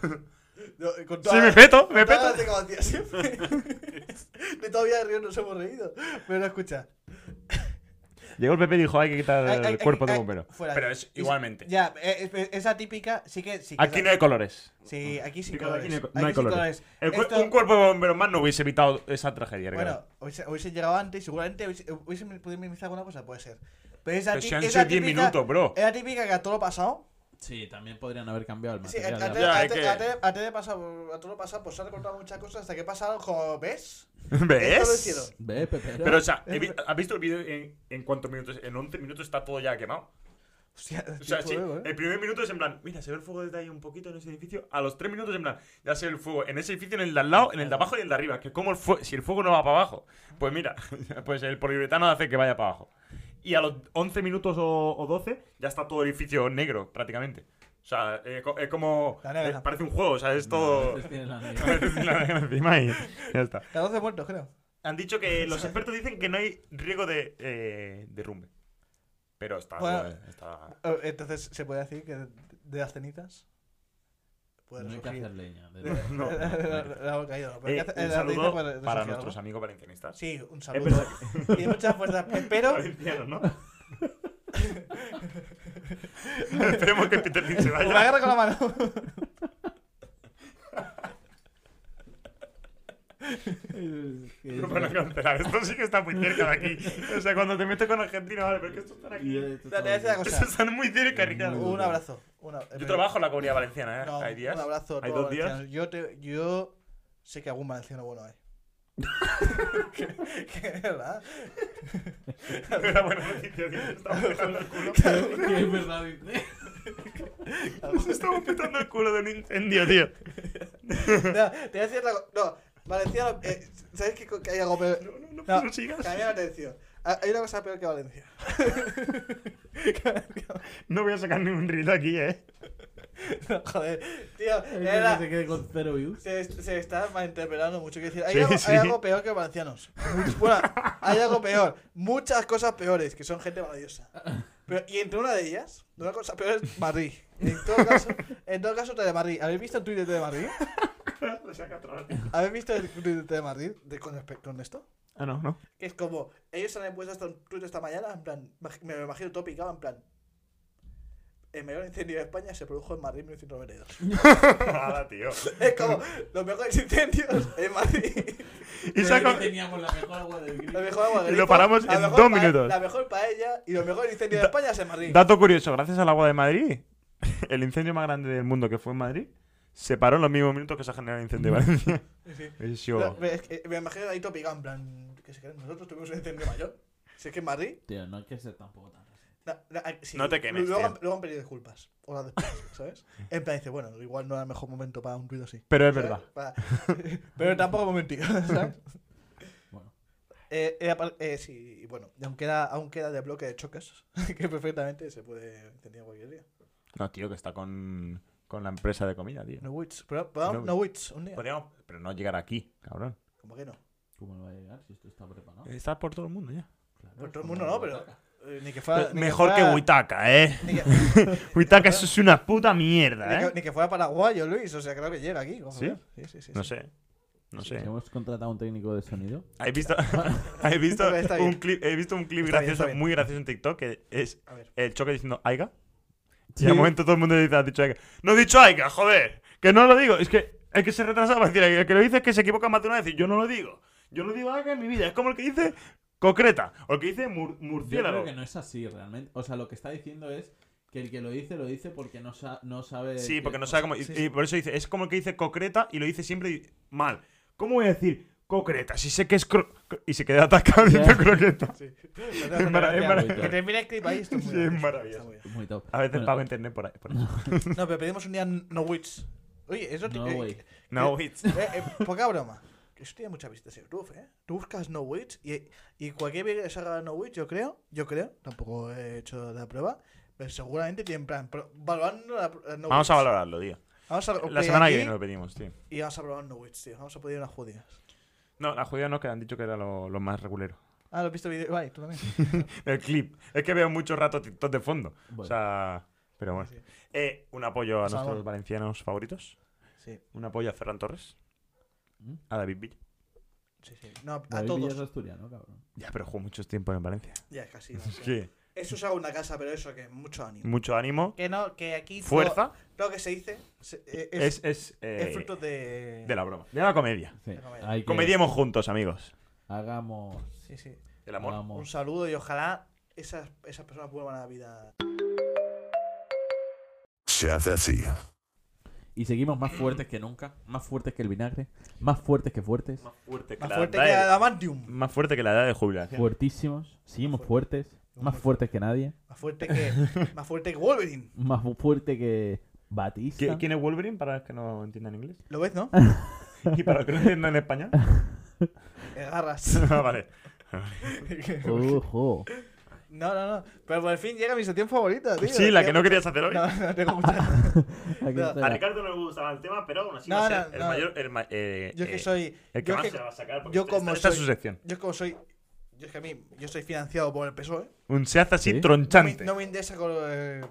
No, con
Sí,
todas-
me peto, me
con todas
peto.
las tecnologías siempre. De todavía de río nos hemos reído. Pero escucha.
Llegó el Pepe y dijo, hay que quitar
hay- hay-
el cuerpo de
hay-
bombero.
fuera
Pero
de-
es igualmente.
Ya, eh, eh, esa típica sí que. Sí que
Aquí
es-
no hay colores.
Sí, aquí sin
Aquí no hay-
colores.
no hay
Aquí sin
colores. El cu-
Esto-
Un cuerpo de bomberos más no hubiese evitado esa tragedia.
Bueno,
Ricardo.
hubiese, hubiese llegado antes y seguramente hubiese, hubiese podido minimizar alguna cosa, puede ser. Pero esa,
Pero
ti-
si han
esa
sido 10
típica- Eh,
minutos, bro.
Era típica que a todo lo pasado.
Sí, también podrían haber cambiado el
Sí,
material.
a- a-
de
Ya,
la-
a- a-
es que-
a- a- a- a- de pasado, a todo lo pasado, pues se han recortado muchas cosas hasta que pasaron como. ¿Ves? Esto lo hicieron.
¿Ves?
Ve, Pepe,
Pero, o sea, he vi- ¿has visto el vídeo en, en cuántos minutos? En 11 minutos está todo ya quemado.
Hostia,
O sea,
qué
sí,
fuego, ¿eh?
el primer minuto es en plan, mira, se ve el fuego desde ahí un poquito en ese edificio. A los 3 minutos en plan, ya se ve el fuego en ese edificio, en el de al lado, en el de abajo y el de arriba. Que como el fue- si el fuego no va para abajo, pues mira, pues el poliuretano hace que vaya para abajo. Y a los 11 minutos o, o 12 ya está todo el edificio negro prácticamente. O sea, eh, co- es como...
La nevera.
eh, parece un juego, o sea, es todo...
Entonces tienes la negra.
La nevera encima y ya está.
A 12 muertos, creo.
Han dicho que los expertos dicen que no hay riesgo de eh, derrumbe. Pero está,
Bueno.
está-
Eh, Entonces, ¿se puede decir que de, de las cenizas? Puede
No hay que
resurgir.
hacer leña. de-
Eh,
No, no, no hay que
eh, no, no, caído, no, pero
Eh,
hay que hacer-
un
de las cenizas
saludo
puede resurgir
para
algo.
nuestros amigos Eh, valencianistas.
Sí, un
es
saludo.
verdad
Y muchas fuerzas. Espero,
valencianos, ¿no? Esperemos que Peter Lynch se
Me la
vaya.
agarra con la mano.
No van a cancelar. Esto sí que está muy cerca de aquí. O sea, cuando te metes con Argentina, vale, pero es que estos están
Y "Pues,
aquí.
Te
esto
voy a
está
decir una
bien.
cosa.
Estos están muy cerca, Ricardo.
Un abrazo. una-
Yo trabajo en la comunidad valenciana, ¿eh?
No,
hay días.
Un abrazo. a
Hay dos
todos los
días.
valencianos. Yo, te, yo sé que algún valenciano bueno hay. ¿Qué, qué, ¿Verdad?
Era buena noticia. tío. Estamos petando el culo.
Que es verdad, dice.
Nos Estamos petando el culo de un incendio, tío.
No, te voy a decir la co- No, valenciano. eh, ¿Sabes que, co- que hay algo peor?
No, no, no,
No.
no sigas.
Cambia la atención. Ah, Hay una cosa peor que Valencia.
No voy a sacar ningún reel aquí, ¿eh?
No, joder, tío,
Que
era,
se quede con cero views.
se, se está malinterpretando mucho. Quiero decir, hay,
Sí,
algo,
sí.
hay algo peor que valencianos. Much- Bueno, hay algo peor. Muchas cosas peores, que son gente maravillosa. Pero, y entre una de ellas, una cosa peor es Madrid. En todo caso, en todo caso Telemadrid. ¿Habéis visto el Twitter de Madrid?
Lo saca atrás, tío.
¿Habéis visto el Twitter de Madrid de- con, respe- con esto?
Ah, no, no.
Que es como, ellos han puesto hasta un Twitter esta mañana, en plan, imag- me lo imagino todo picado, en plan. El mayor incendio de España se produjo en Madrid en 1992.
Nada, tío.
Es como los mejores incendios en Madrid.
Y saca.
teníamos la mejor agua del
La
grifo.
mejor agua de
Y lo
grifo,
paramos
la
en
mejor
dos
pa-
minutos.
La mejor paella y los mejores incendios de
Da-
España es en Madrid.
Dato curioso, gracias al agua de Madrid, el incendio más grande del mundo que fue en Madrid, se paró en los mismos minutos que se ha generado el incendio de Valencia.
Sí.
Eso sí,
Pero,
o-
pero es que me imagino ahí todo picado, en plan, que se creen, nosotros tuvimos un incendio mayor. Si es que en Madrid.
Tío, no hay que ser tampoco tan resentido.
na- na- ah, sí,
No te quemes,
Luego,
tío.
han- luego han pedido disculpas. Horas después, ¿sabes? En plan, dice, bueno, igual no era el mejor momento para un ruido así.
Pero es
¿sabes?
verdad.
Para- Pero tampoco hemos mentido, ¿sabes?
Bueno.
Eh, eh, apar- eh, sí, y bueno, y aún queda, aún queda de bloque de choques, que perfectamente se puede entender cualquier día.
No, tío, que está con, con la empresa de comida, tío.
No wits, pero, pero
No
no, wits, un día.
Podríamos, pero no llegar aquí, cabrón.
Como que no.
¿Cómo no va a llegar si esto está preparado?
Eh, Está por todo el mundo ya.
Claro,
Por
es
todo el
como
mundo
una
no, pero.
butaca.
eh, ni que fuera. ni
Mejor que
fuera-
Huitaca, ¿eh?
Ni que,
Huitaca, eso es una puta mierda,
ni
¿eh?
que- ni que fuera paraguayo, Luis. O sea, creo que llega aquí. vamos a
¿Sí?
ver. Sí, sí, sí.
No
sí.
sé. No
Si
sé.
Hemos contratado a un técnico de sonido.
¿Has visto, ¿has visto
Está bien, está
un
bien.
clip, he visto un clip
Está bien,
gracioso,
está bien.
muy gracioso en TikTok que es
A ver.
el choque diciendo Aiga.
Sí.
Y al momento todo el mundo dice, ha dicho Aiga. No he dicho Aiga, joder. Que no lo digo. Es que el que se retrasa va a decir Aiga. El que lo dice es que se equivoca más de una vez y yo no lo digo. Yo no digo Aiga en mi vida. Es como el que dice concreta o el que dice mur-
Yo
murciélago.
creo que no es así realmente. O sea, lo que está diciendo es que el que lo dice, lo dice porque no, sa- no sabe.
Sí,
que-
porque no sabe cómo. y-
sí,
Y
sí.
por eso dice, es como el que dice concreta y lo dice siempre y- mal. ¿Cómo voy a decir concreta? Si sé que es. cro- cro- Y se queda atacado
Ya.
diciendo croqueta.
Sí. Me
marav-
hace
es
gracia.
maravilloso.
Que termine el clip ahí. Esto es muy
Sí, es
gracioso,
maravilloso.
está muy bien.
Muy top.
A veces
Bueno,
pago internet por ahí. por eso.
No, pero pedimos un día No Wits. Oye, eso
No,
eh,
güey.
No, it's.
Eh, eh, poca broma. Eso tiene muchas vistas en YouTube, ¿eh? Tú buscas No Witch y, y cualquier vídeo que salga de No Witch, yo creo, yo creo, tampoco he hecho la prueba, pero seguramente tiene en plan, pro- valorando la, la No
Vamos
Witch.
a valorarlo, tío.
Vamos a
La
ok,
semana que
aquí
viene lo pedimos, tío.
Y vamos a probar No Witch, tío. Vamos a pedir unas judías.
No, las judías no, que han dicho que era lo, lo más regulero.
Ah, lo has visto video. Vale, tú también.
El clip. Es que veo mucho rato TikTok de fondo. O
Bueno.
sea. Pero bueno. Eh, un apoyo a
Pasamos.
nuestros valencianos favoritos.
Sí,
Un apoyo a Ferran Torres.
¿Mm?
A David Villa.
sí, sí. No, a
David Villa es
todos.
asturiano, cabrón.
Ya, pero jugó muchos tiempos en Valencia.
Ya, casi.
Es que.
Eso es algo una casa, pero eso que mucho ánimo.
Mucho ánimo.
Que no, que aquí. todo-
Fuerza.
Todo lo que se dice se- eh, es,
es, es, eh,
es fruto de.
de la broma. De la comedia.
Sí,
La comedia.
hay que-
Comediemos juntos, amigos.
Hagamos.
Sí, sí.
El amor.
hagamos-
Un saludo y ojalá esas, esas personas vuelvan a la vida.
Se hace así.
Y seguimos más fuertes que nunca. Más fuertes que el vinagre. Más fuertes que fuertes.
Más fuerte que,
Más
la,
fuerte
edad
que
de-
Adamantium.
más fuerte que la edad de jubilación.
Fuertísimos. Seguimos
Más
fuertes. Más fuertes que nadie.
Más fuerte que, más fuerte que Wolverine.
Más fuerte que Batista.
¿Qui- ¿Quién es Wolverine para los que no entiendan inglés?
¿Lo ves, no?
¿Y para los que no entiendan español?
Eh, Garras.
Ah, vale.
Ojo.
No, no, no. Pero por fin llega mi sección favorita, tío.
Sí, la que no
Tengo
querías hacer hoy.
mucha- No, no tengo mucha.
Aquí
No,
está.
A Ricardo no le gustaba el tema, pero aún así
No,
va a
no,
ser el
no.
mayor. El ma- eh,
Yo es que
eh,
soy.
El que
yo,
más
es
se
que,
la va a sacar. porque
yo
esta-
como
esta, esta es su
soy-
sección.
yo es como soy. Yo es que a mí. Yo soy financiado por el PSOE.
Un se hace así
Sí.
No me,
tronchante.
E. no me interesa con, eh,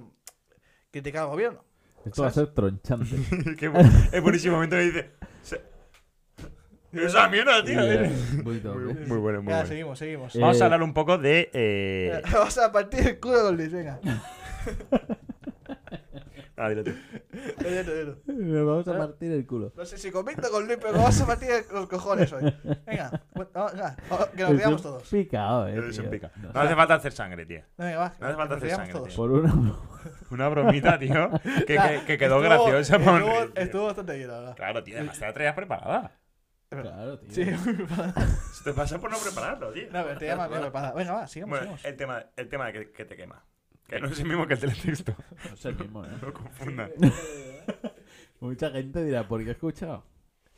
criticar al gobierno.
Esto va a ser tronchante.
Qué bu- es buenísimo. momento que dice. se- Esa mierda, tío.
Muy top,
Muy,
eh.
muy bueno, muy
Ya,
bueno.
seguimos, seguimos.
Eh,
Vamos a hablar un poco de. eh,
Vamos a partir el culo con Luis, venga.
ah, dilo tú.
Dentro, dentro.
Nos vamos
Ah.
a partir el culo.
No sé si comento con Luis, pero vamos a partir los cojones hoy. Venga, bueno, vamos, venga, vamos, que nos
Es
riamos
un
todos.
Picado, eh.
Es un
tío.
pica.
No.
No hace falta hacer sangre, tío.
No, venga, va.
No hace falta
que nos
hacer
riamos
sangre, tío.
Por una.
Una bromita, tío. Que, que- que quedó
Estuvo-
graciosa para un
Estuvo,
reel, tío.
estuvo bastante bien, la verdad.
Claro, tío, además te la traías preparada.
Claro, tío.
Sí, muy preparada.
Se te pasa por no prepararlo, tío.
No, pero te llamas bien preparada. Venga, va, sigamos,
Bueno,
sigamos.
el tema, el tema que, que te quema. Que no es el mismo que el teletexto.
No sé, mismo, ¿eh?
No confundan.
Mucha gente dirá, ¿por qué he escuchado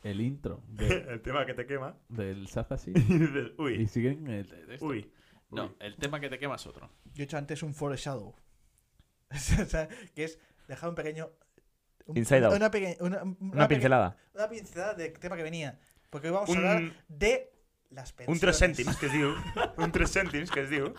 el intro de-
El tema que te quema.
del Saz así?
Y dices,
Y
uy,
siguen el de esto.
uy.
No, el tema que te quema es otro.
Yo he hecho antes un foreshadow. o sea, que es dejar un pequeño... un-
Inside out.
Una, peque- una, una
Una
peque-
pincelada.
Una pincelada del tema que venía. Porque hoy vamos
Un-
a hablar de las
Un
pensiones.
3 cèntims, que es diu. Un 3 cèntims, que es diu.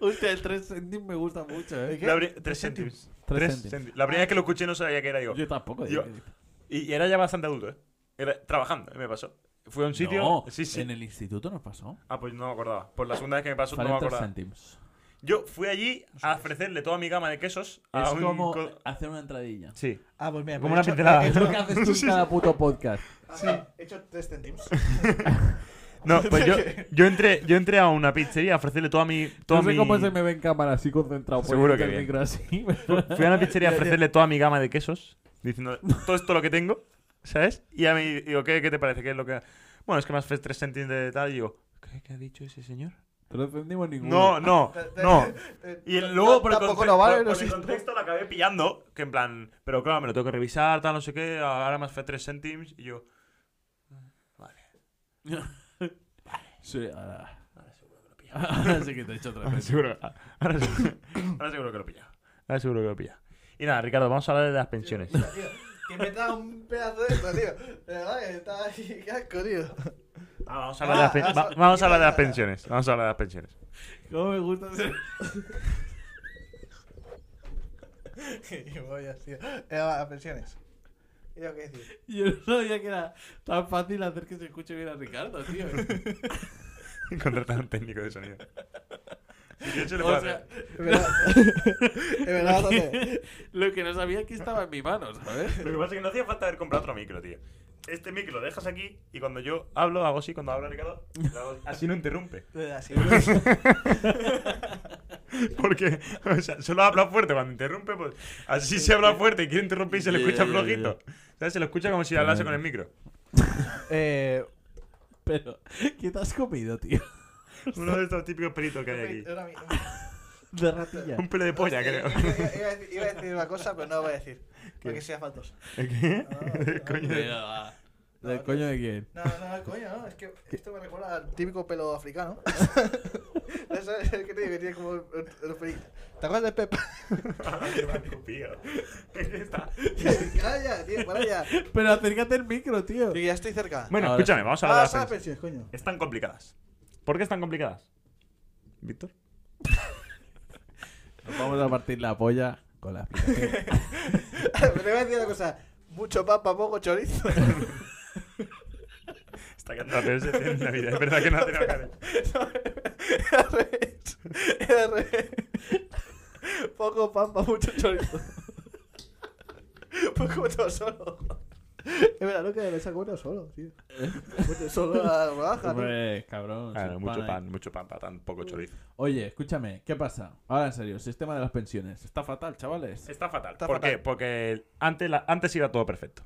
Hostia, el 3 céntims me gusta mucho, eh.
¿Qué?
La pri- Tres cèntims. Tres
céntims.
cèntims. La primera vez que lo escuché no sabía qué era, digo.
Yo tampoco.
Yo-
digo.
Y, y era ya bastante adulto, ¿eh? Era trabajando, ¿eh? me pasó. Fui a un sitio.
No,
sí, sí.
en el instituto nos pasó.
Ah, pues no me acordaba. Por la segunda vez que me pasó, no
Falen
me
tres
acordaba.
céntims.
Yo fui allí a ofrecerle toda mi gama de quesos a
Es
un.
como
co-
hacer una entradilla.
Sí.
Ah, pues mira.
Como
pues
una pincelada.
he hecho- he
Es
hecho-
lo que haces tú en cada puto podcast.
Ajá, He hecho tres céntimos.
No, pues yo, yo, entré, yo entré a una pizzería a ofrecerle toda mi. Toda
no sé
mi...
cómo se me ve en cámara así concentrado.
Seguro
poniendo
que
el
bien.
micro así. pero-
Fui a una pizzería a ofrecerle toda mi gama de quesos, diciendo todo esto lo que tengo, ¿sabes? Y a mí digo, ¿qué, qué te parece? ¿Qué es lo que.? Bueno, es que me has tres céntimos de tal, y digo, ¿qué, qué ha dicho ese señor?
No entendimos ninguno.
No, no, no. Y el- luego por el,
Tampoco
conce-
no vale,
por-
no
por el
existe.
contexto la acabé pillando. Que en plan, pero claro, me lo tengo que revisar, tal, no sé qué. Ahora más fue 3 céntimos. Y yo,
Sí, ahora. Ahora sí que te he hecho otra
ahora
vez.
seguro, ah, ahora seguro, ahora seguro que lo pilla. Ahora seguro que lo pilla. Y nada, Ricardo, vamos a hablar de las pensiones.
Tío, Que me da un pedazo de esto, tío. De verdad que está ahí, qué asco, tío.
Ah, vamos a hablar de las, pen-
Ah,
va-
ah,
vamos a hablar de las
ah,
pensiones. Vamos a hablar de las pensiones.
¿Cómo me gusta ser?
Y voy así. Era a pensiones. Y tengo que decir.
Yo no sabía que era tan fácil hacer que se escuche bien a Ricardo, tío.
Contratar un técnico de sonido. Si quieres, se le puede
O sea,
hacer.
Es verdad. es verdad, Tote.
lo que no sabía es que estaba en mi mano, ¿sabes?
Lo que pasa es que no hacía falta haber comprado otro micro, tío. Este micro lo dejas aquí y cuando yo hablo, hago así, cuando habla Ricardo, lo hago así. así no interrumpe.
Eh, Así, bro.
Porque, o sea, solo habla fuerte, cuando interrumpe, pues así se habla fuerte y quiere interrumpir y se le
Ya,
escucha
ya,
flojito. ¿Sabes? Se lo escucha como si hablase con el micro.
Eh,
Pero, ¿qué te has comido, tío?
Uno de estos típicos pelitos que hay aquí.
era mi-
De ratilla.
Un pelo de polla, creo.
Iba- Iba a decir- iba a decir una cosa, pero no la voy a decir. Porque sea faltosa.
¿Eh, ¿Qué?
Ah,
Coño.
Venga, va.
¿Del coño de quién?
No, no, no, coño, no. Es que esto me recuerda al típico pelo africano. Eso es el que te digo que tiene como. el- el- el pelito. ¿Te acuerdas de Pep?
Ah, Qué manco, pío. Está-
Calla, tío, para allá. Yo
Pero acércate al micro, tío.
que ya estoy cerca.
Bueno,
Ahora
escúchame, vamos a hablar
Ah,
de
son
las
las
pensiones.
pensiones, coño.
Están complicadas. ¿Por qué están complicadas? ¿Víctor?
Nos vamos a partir la polla con la explicación.
Pero te voy a decir una cosa. Mucho papa, poco chorizo.
Está quedando la peor sección de la vida. Ah, Es verdad que no ha tenido cara.
Era al revés. Era al revés. Poco pampa, mucho chorizo. Poco uno solo. Es verdad, no que me saco uno solo, tío. Uno solo a la rodaja, tío.
Hombre, cabrón.
Claro,
sin
mucho
ahí.
pan, mucho pan para tan poco chorizo.
Oye, escúchame, ¿qué pasa? Ahora en serio, sistema de las pensiones. Está fatal, chavales.
Está fatal.
Está
¿Por
fatal.
qué? Porque antes, la- antes iba todo perfecto.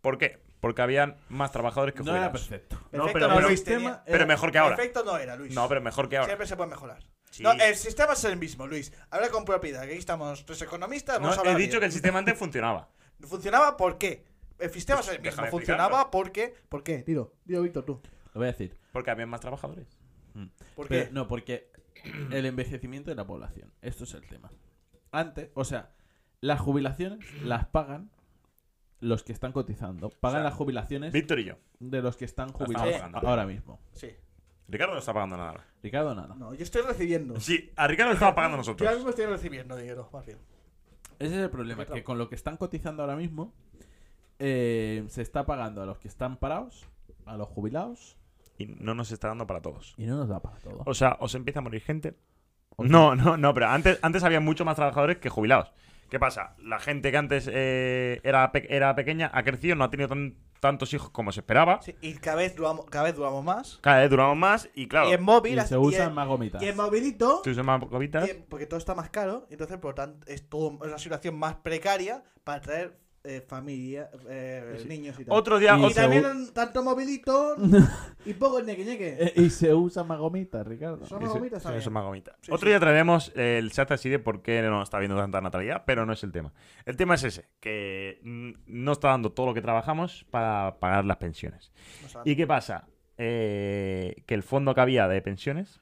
¿Por qué? Porque habían más trabajadores que
No era
jubilados.
perfecto.
No,
Perfecto
pero-
no,
pero-
Luis,
Sistema
tenía-
era-
Pero mejor que ahora.
Perfecto no era, Luis.
No, pero mejor que ahora.
Siempre se puede mejorar.
Sí.
No, el sistema es el mismo, Luis. Habla con propiedad, que aquí estamos tres economistas.
No,
Vamos a
he
hablar
dicho
bien.
que el sistema antes funcionaba.
¿Funcionaba por qué? El sistema es el mismo.
Déjame
Funcionaba porque. ¿Por qué? Dilo, dilo, Víctor, tú.
Lo voy a decir.
Porque había más trabajadores.
¿Por
Pero-
qué?
no, porque el envejecimiento de la población. Esto es el tema. Antes, o sea, las jubilaciones las pagan los que están cotizando. Pagan
O sea,
las jubilaciones
Víctor y yo.
de los que están
estamos
jubilados
pagando.
ahora mismo.
Sí.
Ricardo no está pagando nada.
Ricardo, nada.
No, yo estoy recibiendo.
Sí, a Ricardo lo estaba pagando
Yo ahora
nosotros.
mismo estoy recibiendo dinero, más bien.
Ese es el problema, que con lo que están cotizando ahora mismo, eh, se está pagando a los que están parados, a los jubilados,
Y no nos está dando para todos.
y no nos da para todo.
O sea, os empieza a morir gente. No, no, no, pero antes, antes había mucho más trabajadores que jubilados. ¿Qué pasa? La gente que antes eh, era, pe- era pequeña ha crecido, no ha tenido tan- tantos hijos como se esperaba.
Sí, y cada vez duramos, cada vez duramos más.
Cada vez duramos más y claro,
Y en móvil.
y se
y
usan
en-
más gomitas.
Y en movilito.
tú usas más gomitas.
y en- porque todo está más caro. Entonces, por lo tanto, es todo es una situación más precaria para traer eh, familia, eh, niños y tal.
Otro día, uh,
Y
otro-
Y también tanto movilito y poco ñeque ñeque.
Eh, y se usa más gomitas, Ricardo.
Son
Y
más
se-
gomitas
Sí, eso es
también.
más gomita.
Sí,
Otro
sí.
día traeremos eh, el chat así de por qué no está viendo tanta natalidad, pero no es el tema. El tema es ese, que mm, no está dando todo lo que trabajamos para pagar las pensiones.
No sabe.
¿Y qué pasa? Eh, que el fondo que había de pensiones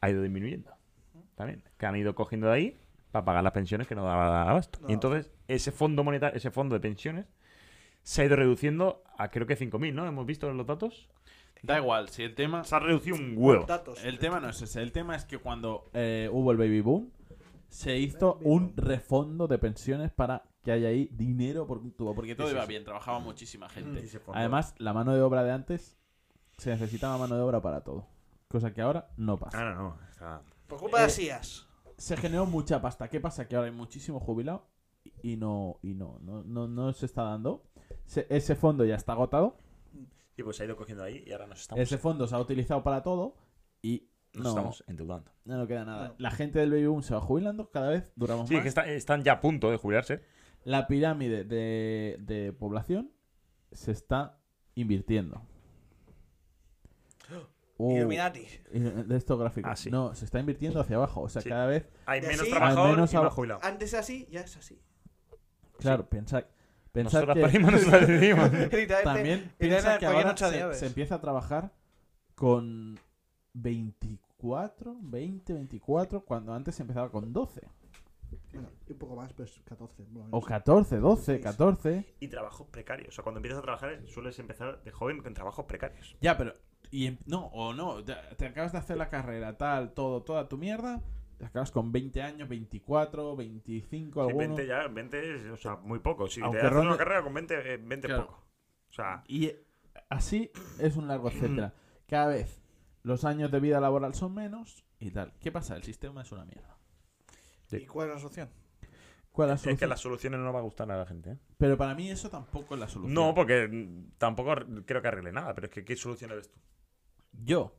ha ido disminuyendo. También. Que han ido cogiendo de ahí para pagar las pensiones que no daba abasto.
No
Y entonces, ese fondo monetario, ese fondo de pensiones se ha ido reduciendo a creo que 5.000, ¿no? ¿Hemos visto los datos?
Da igual, si el tema.
Se ha reducido un huevo.
Datos.
El
tema
tema no es ese. El tema es que cuando.
eh, hubo el baby boom, se hizo
Baby
un
boom.
refondo de pensiones para que haya ahí dinero por un tubo. Porque
Porque todo iba bien, trabajaba muchísima
Mm.
gente.
además, la mano de obra de antes se necesitaba mano de obra para todo. Cosa que ahora Ah, no pasa.
no, no. está-
Por culpa
eh,
de sillas.
Se generó mucha pasta. ¿Qué pasa? Que ahora hay muchísimo jubilado y no, y no, no, no, no se está dando. Se- ese fondo ya está agotado.
Y pues se ha ido cogiendo ahí y ahora nos
Ese fondo se ha utilizado para todo y
nos
no,
estamos endeudando.
no, no queda nada.
No.
La gente del baby boom se va jubilando, cada vez duramos
Sí,
más.
que está- están ya a punto de jubilarse.
la pirámide de, de población se está invirtiendo.
uh.
Oh,
Illuminati.
y de estos gráficos.
Ah, sí.
No, se está invirtiendo hacia abajo. O sea,
Sí.
cada vez.
Hay
Y
menos
así-
Al
trabajadores
menos
y más
ahora-
jubilados.
Antes así, ya es así.
Claro, pensad. Pensad
Nosotros
que
perdimos, nosotros perdimos.
Literalmente,
también
literalmente
piensa que
cualquier
ahora
noche de
se,
llaves.
se empieza a trabajar con 24, 20, 24, cuando antes se empezaba con 12.
Bueno, y un poco más, pero es 14. bueno,
O
no sé.
14, 12,
Sí.
14.
eh, y trabajos precarios. O sea, cuando empiezas a trabajar, sueles empezar de joven con trabajos precarios.
Ya, pero Y em- no, o no, te, te acabas de hacer la carrera, tal, todo, toda tu mierda, te acabas con 20 años, 24, 25,
Sí,
alguno.
20 ya, 20 es, o sea, muy poco. Si
Aunque
te haces una
ronde-
carrera con 20, eh, 20 es
Claro.
poco. O sea,
Y eh, así es un largo etcétera. Cada vez los años de vida laboral son menos y tal. ¿Qué pasa? El sistema es una mierda.
Sí.
¿Y cuál es la solución?
¿Cuál es la
es que
solución?
las soluciones no va a gustar a la gente. ¿eh?
Pero para mí eso tampoco es la solución.
No, porque mm, tampoco r- creo que arregle nada. Pero es que, ¿qué solución ves tú?
Yo.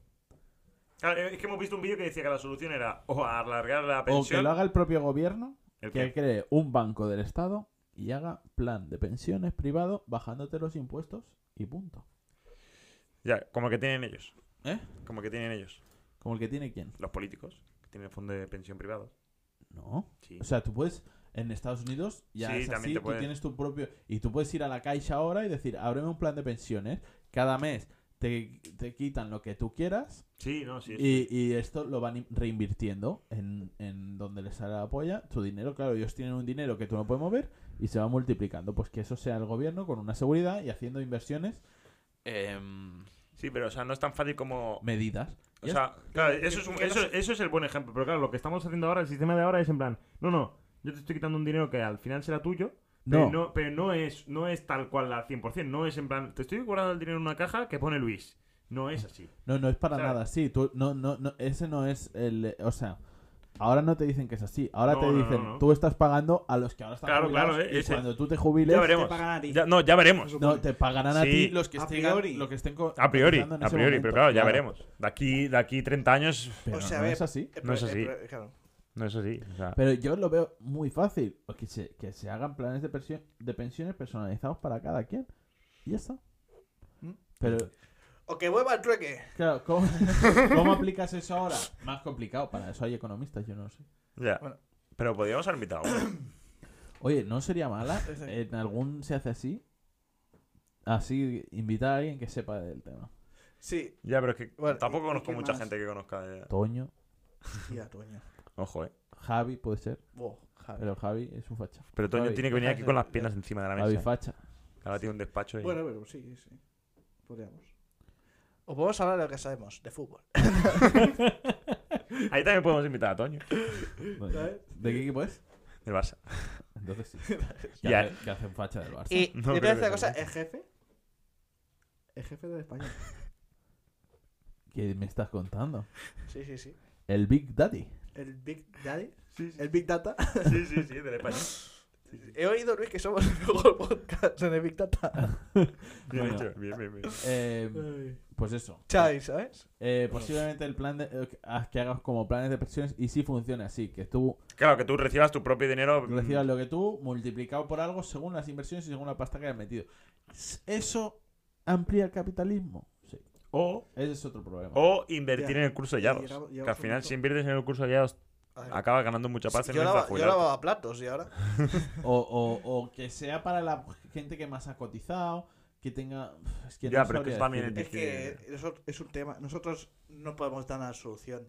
Claro, eh, es que hemos visto un vídeo que decía que la solución era o alargar la
O que
pensión.
lo haga el propio gobierno,
¿El
que
qué?
cree un banco del Estado y haga plan de pensiones privado bajándote los impuestos y punto.
Ya, como que tienen ellos.
¿Eh?
Como que tienen ellos.
Como el que tiene quién.
Los políticos, que tienen fondo de pensión privado.
No.
Sí.
O sea, tú puedes. En Estados Unidos ya
Sí,
es
también
así,
te
tú
puedes.
tienes tu propio. Y tú puedes ir a la caixa ahora y decir, ábreme un plan de pensiones. Cada mes te, te quitan lo que tú quieras
Sí, no, sí.
y, y esto lo van reinvirtiendo en, en donde les sale la polla. Tu dinero, claro, ellos tienen un dinero que tú no puedes mover y se va multiplicando. Pues que eso sea el gobierno con una seguridad y haciendo inversiones,
Em,
Sí, pero o sea, no es tan fácil como.
medidas.
O
Ya
sea, claro, eso es, un-
que no
eso,
se-
eso es el buen ejemplo. Pero claro, lo que estamos haciendo ahora, el sistema de ahora es en plan, no, no, yo te estoy quitando un dinero que al final será tuyo, pero
No.
no, pero no es, no es tal cual al 100%, no es en plan, te estoy guardando el dinero en una caja que pone Luis. No es así.
No, no es para
O sea-
nada así. Tú, no, no, no, ese no es el. eh, O sea, ahora no te dicen que es así. Ahora
No,
te
no, no,
dicen,
no.
tú estás pagando a los que ahora están
Claro,
jubilados
claro, eh,
y
ese-
cuando tú te jubiles,
ya veremos.
pagan a ti.
Ya- no, ya veremos.
no, te pagarán a
Sí.
ti los que
A
estén,
priori.
lo que estén co-
A priori,
cotizando en
a
ese
priori,
momento.
pero claro, ya veremos. De aquí, de aquí 30 años,
Pero
O sea, a
no
ver,
es así.
El
No
pro-
es así.
el pro- claro.
no es así. O sea,
Pero yo lo veo muy fácil. O Que se, que se hagan planes de, persio- de pensiones personalizados para cada quien. Y ya está.
¿Mm?
Pero,
O que vuelva el trueque.
claro, ¿cómo, ¿cómo aplicas eso ahora? Más complicado. Para eso hay economistas, yo no lo sé.
ya.
Bueno.
Pero podríamos haber invitado.
Oye, ¿no sería mala?
Exacto.
En algún se hace así. Así, invitar a alguien que sepa del tema.
Sí.
ya, pero es que
Bueno,
tampoco
¿y- y
conozco
qué
mucha
más?
gente que conozca. de-
Toño,
Tía, Toño.
Ojo, eh.
Javi puede ser,
Buah, Javi.
pero Javi es un facha.
Pero Toño
Javi,
tiene que venir
dejas
aquí
de-
con las piernas encima de la
Javi
mesa. eh.
facha.
Ahora tiene un despacho y...
Bueno, pero sí, sí. Podríamos. O podemos hablar de lo que sabemos, de fútbol.
Ahí también podemos invitar a Toño.
Bueno, ¿De qué equipo es?
Del Barça.
Entonces sí. Que,
Ya.
hace, que hace un facha del Barça.
Y
No
te voy
creo
a
que
decir una cosa,
sea
el jefe. El jefe de España.
¿Qué me estás contando?
Sí, sí, sí.
El Big Daddy.
El Big Daddy.
Sí,
El Big Data.
sí, sí, sí, del español.
He oído, Luis, que somos el mejor podcast en el Big Data.
Bien
Bueno.
hecho, bien, bien, bien.
Eh, pues eso.
Chai, ¿sabes?
Eh, posiblemente el plan de, eh, que- ah, que hagas como planes de pensiones y sí funciona así. Que tú
Claro, que tú recibas tu propio dinero. mm,
recibas lo que tú multiplicado por algo según las inversiones y según la pasta que hayas metido. S- ¿Eso amplía el capitalismo? Sí.
O,
Ese es otro problema.
o invertir
Ya.
en el curso de
Ya,
Yados.
llegamos-
Que
llegamos
al
a un
final,
punto.
si inviertes en el curso de Yados,
A ver.
acabas ganando mucha pasta y
Ah, yo,
no
lava-
necesitas
yo
jubilarte.
lavaba platos y ahora.
O, o- o que sea para la gente que más ha cotizado, que tenga... Es que
Ya,
no
pero es que
sabría
eso también
decirte.
Es que
que-
eso es un tema. Nosotros no podemos dar una solución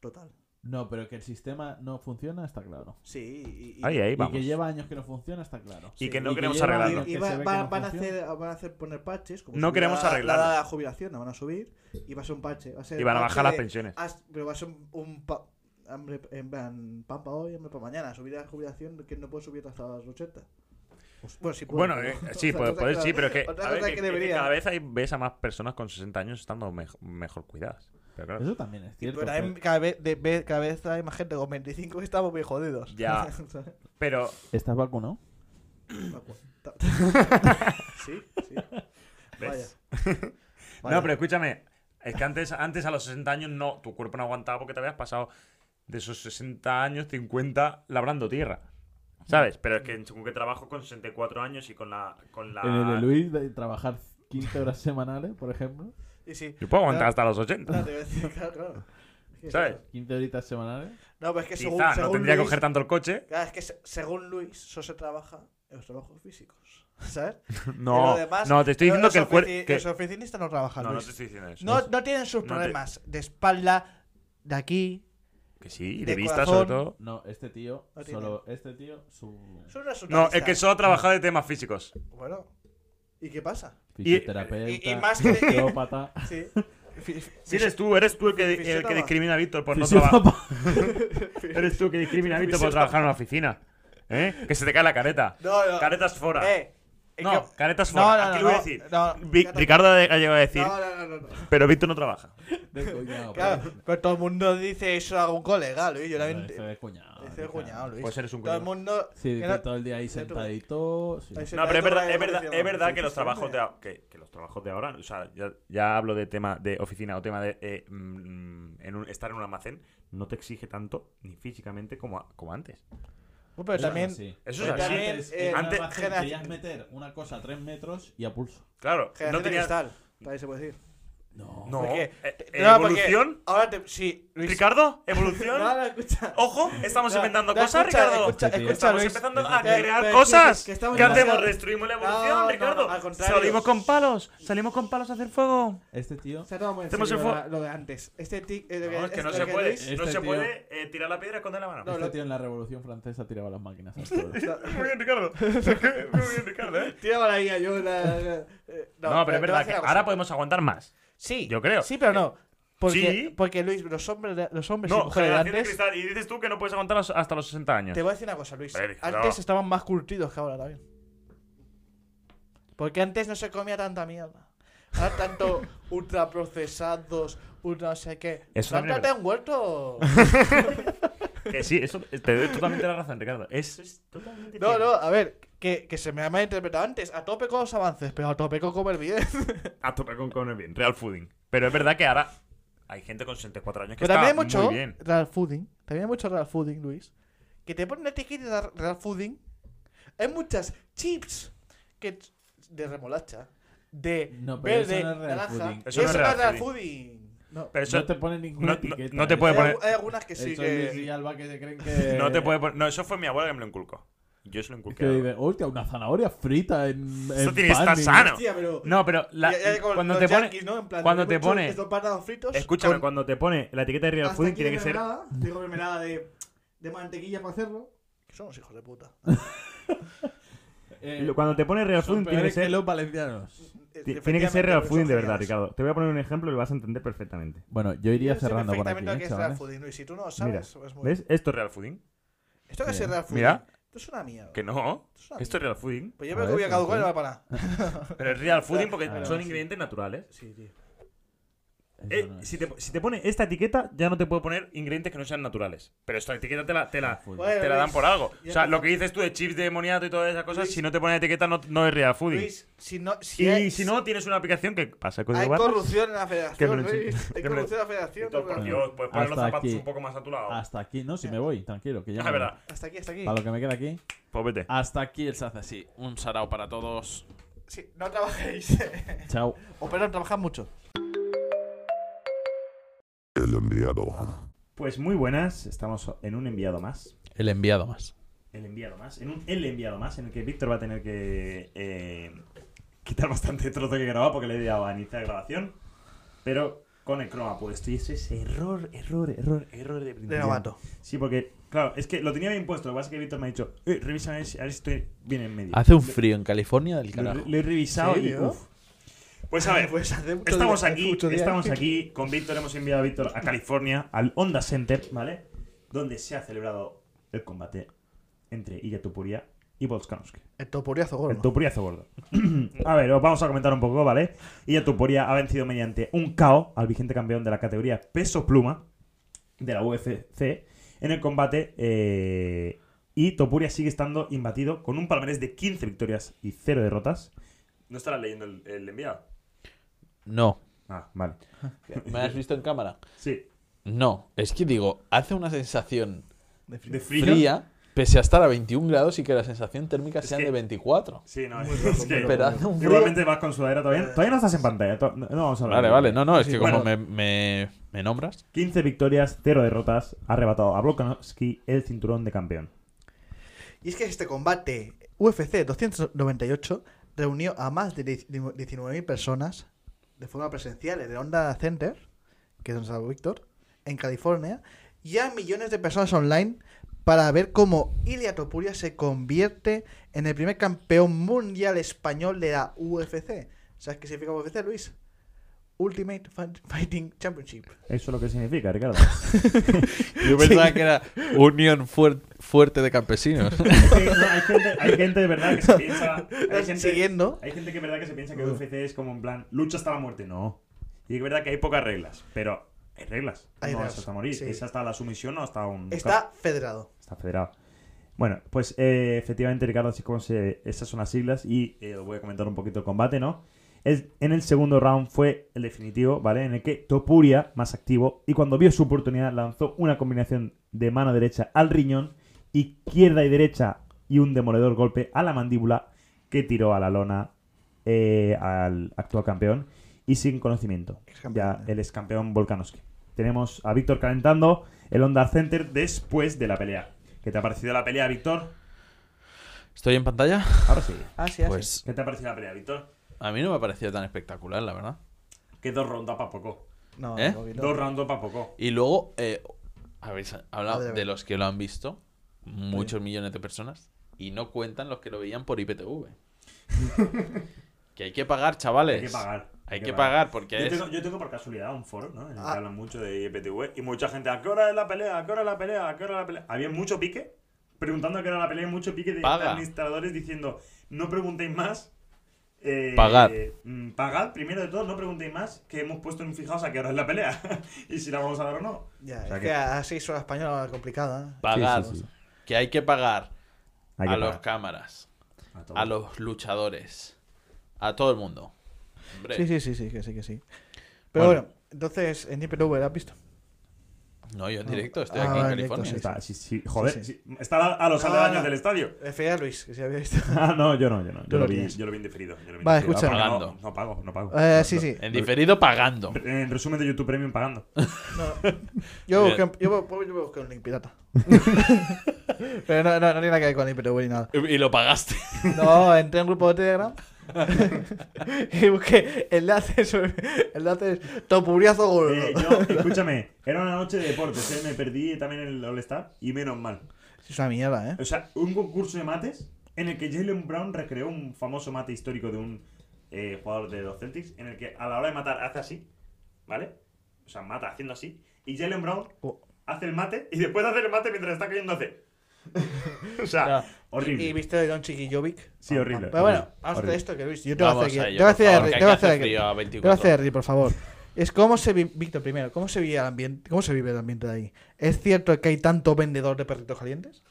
total.
No, pero que el sistema no funciona está claro.
Sí, y, y-
Ahí, ahí,
Y
vamos.
que lleva años que no funciona está claro.
Y que
sí,
no
y que
queremos
lleva-
arreglarlo.
que
Y
se
va-
ve que
va-
no
van, a
funciona.
hacer, van a hacer poner patches. Como
No
subir
queremos
la-
arreglarlo.
La, edad de la jubilación la van a subir y va a ser un parche. Va a ser
Y van a
parche
bajar las
de-
pensiones.
as- pero va a ser un, un pa- hambre- en plan, pan para hoy, hambre para mañana. Subir la jubilación que no puede subir hasta los 80. Bueno, sí, puede,
Bueno,
pero-
eh, sí,
otra
pues,
cosa
pues
que-
sí, pero es que,
otra
a ver,
cosa
que-
que
que
debería.
cada vez hay, ves a más personas con 60 años estando mej- mejor cuidadas. Pero claro,
Eso también es cierto.
Pero también
pero
cada vez, de- ve- cada vez hay más gente con 25 que estamos bien jodidos.
Ya. pero
¿Estás vacunado?
sí, sí.
¿Ves?
Vaya.
No,
Vaya.
pero escúchame. Es que antes, antes a los 60 años no, tu cuerpo no aguantaba porque te habías pasado de esos 60 años 50 labrando tierra. ¿Sabes? Pero es que según que trabajo con 64 años y con la... Con la...
En el de Luis, de trabajar 15 horas semanales, por ejemplo.
Y sí.
Yo puedo aguantar
Claro.
hasta los 80.
No, te voy a decir, claro, claro. Es que-
¿Sabes?
15 horitas semanales.
No, pero es que según,
Quizá no
según
tendría que
Luis,
coger tanto el coche.
Claro, es que se- según Luis, solo se trabaja en los trabajos físicos. ¿Sabes? Y
No,
lo demás-
no, te estoy diciendo
los
que el cuerpo...
ofici- Los oficinistas no trabajan,
No, no
Luis.
te estoy diciendo eso.
No, no tienen
no
sus
te-
problemas de espalda, de aquí.
Que sí, y de,
de
vista
corazón.
sobre todo.
No, este tío,
No tiene.
solo este tío, su
Son unos
No, es que
surrealistas.
solo ha trabajado de temas físicos.
Bueno, ¿y qué pasa?
fisioterapeuta,
y- y más que-
osteópata.
Sí. Fi-
Si eres tú, eres tú el que,
Fisio-
el que
fisiópata.
discrimina a Víctor por Pues no trabajar.
Fisiópata.
Eres tú que discrimina a Víctor por trabajar en una oficina. ¿Eh? Que se te cae la careta.
No, no.
Caretas fuera.
Eh, es
no,
que-
caretas
No,
fuera.
no, no,
Aquí lo voy a
no,
decir.
no,
Vi-
fíjate.
Ricardo ha llegado a decir,
No, no, no, no, no.
pero Víctor no trabaja.
De cuñado.
Claro, pero todo el mundo dice eso a algún colega, Luis. Yo también.
de cuñado.
Dice el eh, cuñado, Luis.
Pues eres un
Todo el
cuñado.
mundo.
Sí,
que
dice
no-
todo el día ahí
Dice tú-
sentadito. sí.
Ahí se-
No, pero es verdad, es verdad, es verdad
Sí,
que los
sí,
trabajos
sí.
de ahora, que, que los trabajos de ahora, o sea, ya, ya hablo de tema de oficina o tema de eh, mm, en un- estar en un almacén, no te exige tanto ni físicamente como, a- como antes.
Bueno, Pero
Eso es
también.
así.
Eso es
Pero
así.
también,
Antes,
eh,
en un
antes-
almacén
generación-
querías meter una cosa a 3 metros y a pulso.
Claro,
Generación
no
de
tenías...
cristal, también se puede decir.
No.
No,
Porque-
eh,
no, porque
evolución,
Ahora te. Sí, Luis.
Ricardo, evolución.
No, no, escucha.
Ojo, estamos
No,
inventando
no,
cosas,
escucha,
Ricardo.
Escucha,
Sí, sí.
escucha,
Estamos
Luis.
empezando
sí,
a
sí.
crear
Pero-
cosas.
que estamos
¿Qué hacemos?
demasiado-
¿Destruimos la
No,
evolución,
no,
Ricardo?
al contrario.
Salimos con palos. Salimos con palos a hacer fuego.
Este tío.
Se ha tomado muy en
Hacemos
serio
el
lo, lo de antes. Este tic. eh, lo
No, es que no
lo
se puede.
Luis-
No
Este
se
tío.
puede eh, tirar la piedra con la mano.
No,
este
lo-
tío en la Revolución Francesa tiraba las máquinas. al suelo.
Muy bien, Ricardo. Muy bien, Ricardo, ¿eh?
Tira para ahí, yo. la- la- eh,
No, pero es
te voy a
verdad
hacer
que
una cosa.
ahora podemos aguantar más.
Sí.
yo creo.
Sí, pero no. Porque,
Sí.
porque Luis, los hombres, los hombres y
No,
mujeres de
generación de
Pues antes.
cristal. Y dices tú que no puedes aguantar los- hasta los 60 años.
Te voy a decir una cosa, Luis.
Ver,
antes
no.
estaban más curtidos que ahora también. Porque antes no se comía tanta mierda. Ahora tanto ultraprocesados, ultra no sé qué.
Eso también es
Plántate un huerto.
Que sí, eso, te doy totalmente la razón, Ricardo. Eso es totalmente
No,
cierto.
no, a ver, que, que se me ha malinterpretado antes. A tope con los avances, pero a tope con comer bien.
A tope con Conor bien, real fooding. Pero es verdad que ahora hay gente con 64 años que
Pero también hay
está
mucho
muy bien.
real fooding. También hay mucho real fooding, Luis. Que te ponen etiqueta de real fooding. Hay muchas chips que de remolacha, de
No, pero
verde,
eso no es real
naranja.
fooding.
Eso no es real
fooding. No.
Pero eso
no te pone ninguna
no, no-
etiqueta.
no te
¿eh?
puede
hay,
poner.
hay algunas que sí
Eso es Luis
que.
y Alba que se creen que.
No te puede poner. No, eso fue mi abuela que me lo inculcó. Yo se lo
Es
inculqué.
Que dice, hostia, una zanahoria frita en.
Eso
en
tiene que estar
pan", y-
sano.
Hostia, pero.
No, pero la-
ya- ya con
cuando
los
te pone.
yankees, ¿no? En plan,
cuando
yo
te
me echo
pone-
Estos patados fritos.
Escúchame,
con-
cuando te pone la etiqueta de Real
Hasta
Fooding
aquí
tiene
de
que ser.
mermelada, Tengo mermelada de, de mantequilla para hacerlo.
que Son unos hijos de puta.
Eh,
Cuando te pone Real
son
Fooding tiene que
peores que
ser.
los valencianos.
Eh,
ti- Tiene que ser
efectivamente,
Real
pero
Fooding
son
de verdad,
geniales.
Ricardo. Te voy a poner un ejemplo y lo vas a entender perfectamente.
Bueno, yo iría
Yo sé
cerrando por aquí,
perfectamente lo que
¿eh,
es real
chavales.
fooding, Luis. Si tú no lo
Mira,
sabes, es muy-
¿ves? Esto es Real Fooding.
Esto que es real fooding.
Mira.
Esto es una mierda.
Que no.
Esto es una
Esto ¿eh? es Real Fooding.
Pues yo
A
me
ver,
voy a caducar y
¿sí?
no va para nada.
Pero es Real Fooding porque
Ah,
son
sí.
ingredientes naturales.
Sí, tío.
Eso
Eh,
no es
si, te, si te pone esta etiqueta, ya no te puedo poner ingredientes que no sean naturales. Pero esta etiqueta te la, te la,
fooding.
Bueno,
te la dan
Luis,
por algo.
ya
O sea,
está.
lo que dices tú de chips de moniato y todas esas cosas,
Luis.
si no te ponen etiqueta, no, no es Real Fooding.
Luis, si no. Si
y
hay,
si no, tienes una aplicación que pasa con
Hay corrupción en la
Que me lo
federación, Luis.
enseñe.
Hay
Que me lo-
corrupción en la federación. no,
Por
no.
Dios, puedes poner los
Hasta
zapatos
aquí.
un poco más a tu lado.
Hasta aquí, no, si me voy, tranquilo, que ya.
Ah,
me
es
voy.
verdad.
Hasta aquí, hasta aquí.
Para lo que me queda aquí.
Pues vete.
Ah.
Hasta aquí el SAC así. Un sarao para todos.
Sí, no trabajéis.
Chao.
o pero trabajad mucho.
El enviado.
Pues muy buenas, estamos en un enviado más.
El enviado más.
El enviado más. En un el enviado más, en el que Víctor va a tener que eh, quitar bastante trozo que grababa porque le he dado a iniciar grabación. Pero con el croma puesto. Y eso es error, error, error, error de
De
principio.
novato.
Sí, porque, claro, es que lo tenía bien puesto. Lo que pasa es que Víctor me ha dicho, "Eh, revísame a ver si a ver si estoy bien en medio.
Hace un frío en California del
Lo,
carajo.
lo he revisado y.
¿Serio?
uf. Pues a ver,
Pues hace mucho
Estamos
día-
aquí,
mucho día.
estamos aquí con Víctor, hemos enviado a Víctor a California, al Honda Center, ¿vale? Donde se ha celebrado el combate entre Ilya Tupuria y Volkanovski.
El toporiazo gordo.
El Tupuriazo gordo. a ver, os vamos a comentar un poco, ¿vale? Ilya Tupuria ha vencido mediante un KO al vigente campeón de la categoría peso pluma de la UFC en el combate eh, y Topuria sigue estando imbatido con un palmarés de 15 victorias y 0 derrotas. ¿No estarás leyendo el, el enviado?
No.
Ah, vale.
¿Me has visto en cámara?
Sí.
No. Es que digo, hace una sensación
De frío.
fría, pese a estar a 21 grados y que la sensación térmica sea
que-
de 24.
Sí, no, es que...
Pero hace un frío.
Igualmente vas con sudadera todavía. Todavía no estás en pantalla. to- No no vamos a hablar.
Vale, vale. No, no, es que como
Bueno.
me, me, me nombras.
15 victorias, 0 derrotas. Ha arrebatado a Volkanovski el cinturón de campeón.
Y es que este combate UFC 298 reunió a más de 19.000 personas de forma presencial en el Honda Center, que es donde está Víctor, en California, y a millones de personas online para ver cómo Ilia Topuria se convierte en el primer campeón mundial español de la UFC. ¿Sabes qué significa UFC, Luis? Ultimate Fight- Fighting Championship.
Eso es lo que significa, Ricardo.
Yo pensaba que era Unión Fuer- Fuerte de Campesinos.
Sí, no, hay, gente, hay gente de verdad que se piensa. Hay gente,
Siguiendo.
hay gente que de verdad que se piensa que UFC es como en plan lucha hasta la muerte. No. Y es verdad que hay pocas reglas, pero hay reglas.
Hay
no
reglas,
es hasta morir,
sí.
es hasta la sumisión o hasta un.
Está federado.
Está federado. Bueno, pues eh, efectivamente, Ricardo, así es como se. Esas son las siglas y eh, os voy a comentar un poquito el combate, ¿no? El- en el segundo round fue el definitivo, ¿vale? En el que Topuria, más activo, y cuando vio su oportunidad, lanzó una combinación de mano derecha al riñón, izquierda y derecha, y un demoledor golpe a la mandíbula que tiró a la lona eh, al actual campeón y sin conocimiento.
Excampeón.
Ya el ex campeón Volkanovski. Tenemos a Víctor calentando el Honda Center después de la pelea. ¿Qué te ha parecido la pelea, Víctor?
¿Estoy en pantalla?
Ahora sí.
Ah, sí, ah, sí.
Pues
¿Qué te ha parecido la pelea, Víctor?
a mí no me ha parecido tan espectacular, la verdad.
Que dos rondas para poco.
No,
¿eh?
no, no.
Dos rondas para poco.
Y luego, eh, habéis hablado
A ver, a ver.
de los que lo han visto, muchos millones de personas, y no cuentan los que lo veían por IPTV. que hay que pagar, chavales.
Hay que pagar.
Hay que pagar,
Yo
porque es...
tengo, yo tengo por casualidad un foro, ¿no? En el que
Ah.
hablan mucho de IPTV y mucha gente, ¿a qué hora es la pelea? ¿A qué hora es la pelea? ¿A qué hora es la pelea? Había mucho pique preguntando a qué hora era la pelea y mucho pique de
Paga.
administradores diciendo, no preguntéis más. eh,
Pagad.
mm, pagad, primero de todo, no preguntéis más que hemos puesto en fijaos a qué hora es la pelea y si la vamos a dar o no.
Ya,
O sea
es
que-
que a 6 horas española complicada. ¿eh?
Pagar.
sí, sí.
Que hay que pagar
Hay que
a los
pagar.
cámaras,
A todo.
a los luchadores, a todo el mundo. Hombre,
Sí, sí, sí, sí, que sí, que sí. Pero bueno,
Bueno.
entonces en IPTV la has visto.
No, yo en directo, estoy
Ah,
aquí en
vale, directo,
California.
sí.
Está, sí, sí, joder,
Sí,
sí. está a los
Ah.
aledaños del estadio.
Refería a Luis, que se había visto.
Ah, no, yo no, yo no. Yo,
Tú
lo
lo
vi,
tienes.
yo lo vi en deferido. yo lo vi en
Vale,
deferido.
escucha.
Ah, porque No,
Pagando.
no pago, no pago.
Eh, sí, sí.
En diferido pagando.
En resumen de YouTube Premium pagando.
No, yo,
Bien.
busqué, yo, bu- yo busqué un link pirata. Pero no, no, no tiene nada que ver con IPTV ni nada.
Y lo pagaste.
No, entré en un grupo de Telegram y busqué enlaces, sobre- enlaces topuriazo gordo.
Eh, yo, escúchame, era una noche de deportes, ¿eh? me perdí también el All-Star y menos mal.
Es una mierda, ¿eh?
O sea, un concurso de mates en el que Jalen Brown recreó un famoso mate histórico de un eh, jugador de los Celtics, en el que a la hora de matar hace así, ¿vale? O sea, mata haciendo así, y Jalen Brown
Oh.
hace el mate y después de hacer el mate mientras está cayendo hace. o sea,
Ya.
horrible.
Y viste de Don Chiquillovic.
Sí, horrible.
Pero bueno,
horrible,
vamos a
horrible.
esto que Luis. Yo te voy a
Vamos
hacer aquí.
a
Te
ello,
voy a hacer
por favor,
aquí-
que
te voy a
aquí hace
hacer aquí.
frío a
Te voy a
24.
hacer reír, por favor. Es cómo se vi... Víctor, primero, ¿cómo se vive el ambiente? ¿Cómo se vive el ambiente de ahí? ¿Es cierto que hay tanto vendedor de perritos calientes?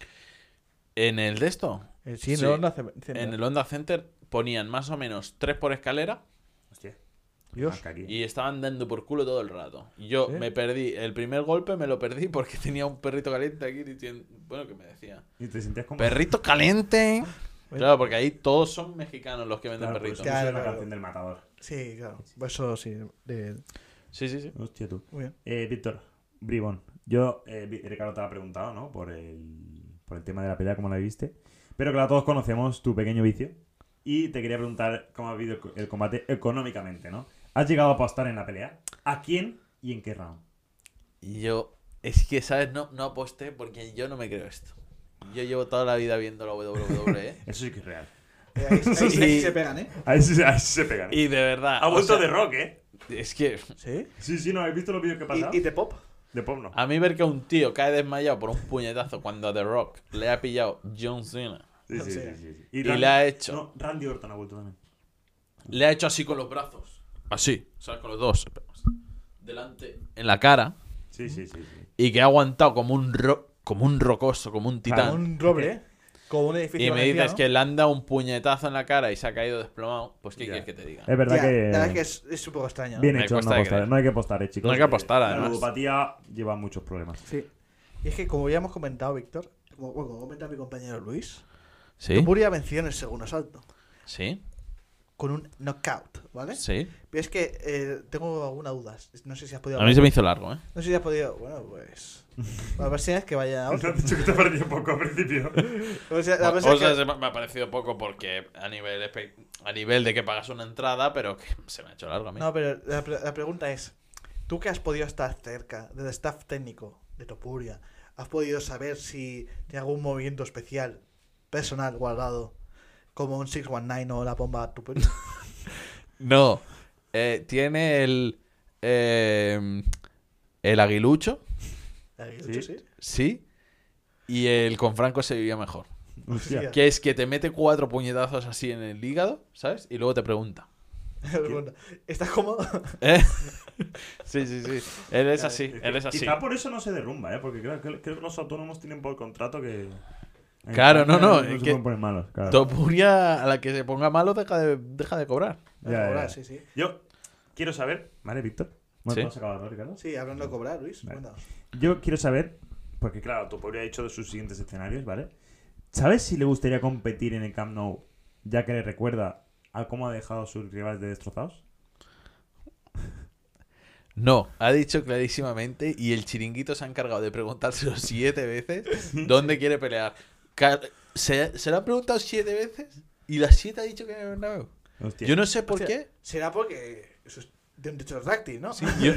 En el de esto,
Eh, sí,
Sí.
no, no hace. dice,
en
no.
el Honda Center, ponían más o menos tres por escalera
Hostia,
Dios.
marca aquí.
y estaban dando por culo todo el rato. Yo
¿Sí?
me perdí, el primer golpe me lo perdí porque tenía un perrito caliente aquí diciendo, bueno, que me decía,
Y te sentías como.
perrito caliente. Claro, porque ahí todos son mexicanos los que venden
Claro, pues,
perritos.
eso es la
Claro, claro.
canción del matador.
Sí, claro. Pues Eso sí. de-
Sí, sí, sí.
Hostia, tú.
Muy bien.
Eh, Víctor, Bribón, yo, eh, Vi- Ricardo te lo ha preguntado, ¿no? Por el, por el tema de la pelea, como la viste. Pero claro, todos conocemos tu pequeño vicio. Y te quería preguntar cómo ha habido el co- el combate económicamente, ¿no? ¿Has llegado a apostar en la pelea? ¿A quién y en qué round?
Y yo, es que, ¿sabes? No, no aposté porque yo no me creo esto. Yo llevo toda la vida viendo la E, WWE.
Eso sí que es real.
Eh, ahí, ahí-
Sí.
ahí se pegan, ¿eh?
Ahí sí, ahí sí se pegan. ¿eh?
Y de verdad.
Ha
o
vuelto
sea,
de rock, ¿eh?
Es que
¿Sí?
Sí, sí, ¿no? ¿Habéis visto los vídeos que pasan?
¿Y, Ah, y de pop?
De pop no.
a mí ver que un tío cae desmayado por un puñetazo cuando a The Rock le ha pillado John Cena,
Sí,
o
sí,
sea.
sí, sí, sí.
Y le ha hecho.
No, Randy Orton ha vuelto también.
le ha hecho así con los brazos. Así, o sea, con los dos. Delante, en la cara.
Sí, sí, sí. sí.
Y que ha aguantado como un, ro- como un rocoso, como un titán.
Como un roble, ¿eh? Como un edificio.
Y me
valenciano.
dices que le han dado un puñetazo en la cara y se ha caído desplomado. Pues, ¿qué quieres que te diga?
Es verdad
Ya,
que.
La verdad es que es, es un poco extraño.
Bien
Me
hecho, no
cuesta de
apostar.
creer.
No hay que apostar, eh, chicos.
No hay que apostar,
Eh, La
además.
ludopatía lleva muchos problemas.
Sí.
Y es que, como ya hemos comentado, Víctor, como, bueno, como comenta mi compañero Luis,
Sí,
Topuria venció en el segundo asalto
sí,
con un knockout, ¿vale?
sí.
Pero es que eh, tengo alguna duda. No sé si has podido.
A mí se me hizo largo, ¿eh?
No sé si has podido. Bueno, pues. La próxima es que vaya a
Te
otro.
has dicho que te parecía poco al principio.
O sea, la
O-
próxima
o
es
sea,
que-
se me me ha parecido poco porque a nivel, espe- a nivel de que pagas una entrada, pero que se me ha hecho largo a mí.
No, pero la, pre- la pregunta es: ¿tú que has podido estar cerca del staff técnico de Topuria? ¿Has podido saber si tiene algún movimiento especial, personal, guardado, como un 619 o la bomba Topuria?
No, Eh, tiene el. eh, el aguilucho,
¿Sí? ¿Sí?
sí. Y el con Franco se vivía mejor.
Hostia.
Que es que te mete cuatro puñetazos así en el hígado, ¿sabes? Y luego te pregunta.
Pregunta, ¿Estás cómodo?
¿Eh? sí, sí, sí. Él es así, él es así.
Quizá por eso no se derrumba, ¿eh? Porque creo, creo- creo que los autónomos tienen por contrato que.
Claro, no, no,
No
es
se
que-
pueden poner malos, claro.
Topuria, a la que se ponga malo, deja de, deja de cobrar.
Ya, ya,
Cobrar,
ya.
Sí, sí.
Yo quiero saber. Vale, Víctor. Bueno,
Sí.
vamos a acabar, ¿no, Ricardo?
Sí, hablando de cobrar, Luis.
Vale.
cuéntanos.
Yo quiero saber, porque claro, Topuria ha dicho de sus siguientes escenarios, ¿vale? ¿Sabes si le gustaría competir en el Camp Nou, ya que le recuerda a cómo ha dejado a sus rivales de destrozados?
No, ha dicho clarísimamente y el chiringuito se ha encargado de preguntárselo siete veces dónde quiere pelear. Ca- ¿Se, se lo ha preguntado siete veces y las siete ha dicho que en el Bernabéu.
Hostia.
Yo no sé por
Hostia,
qué.
Será porque eso es de un techo táctil, ¿no? Ah, Sí.
Yo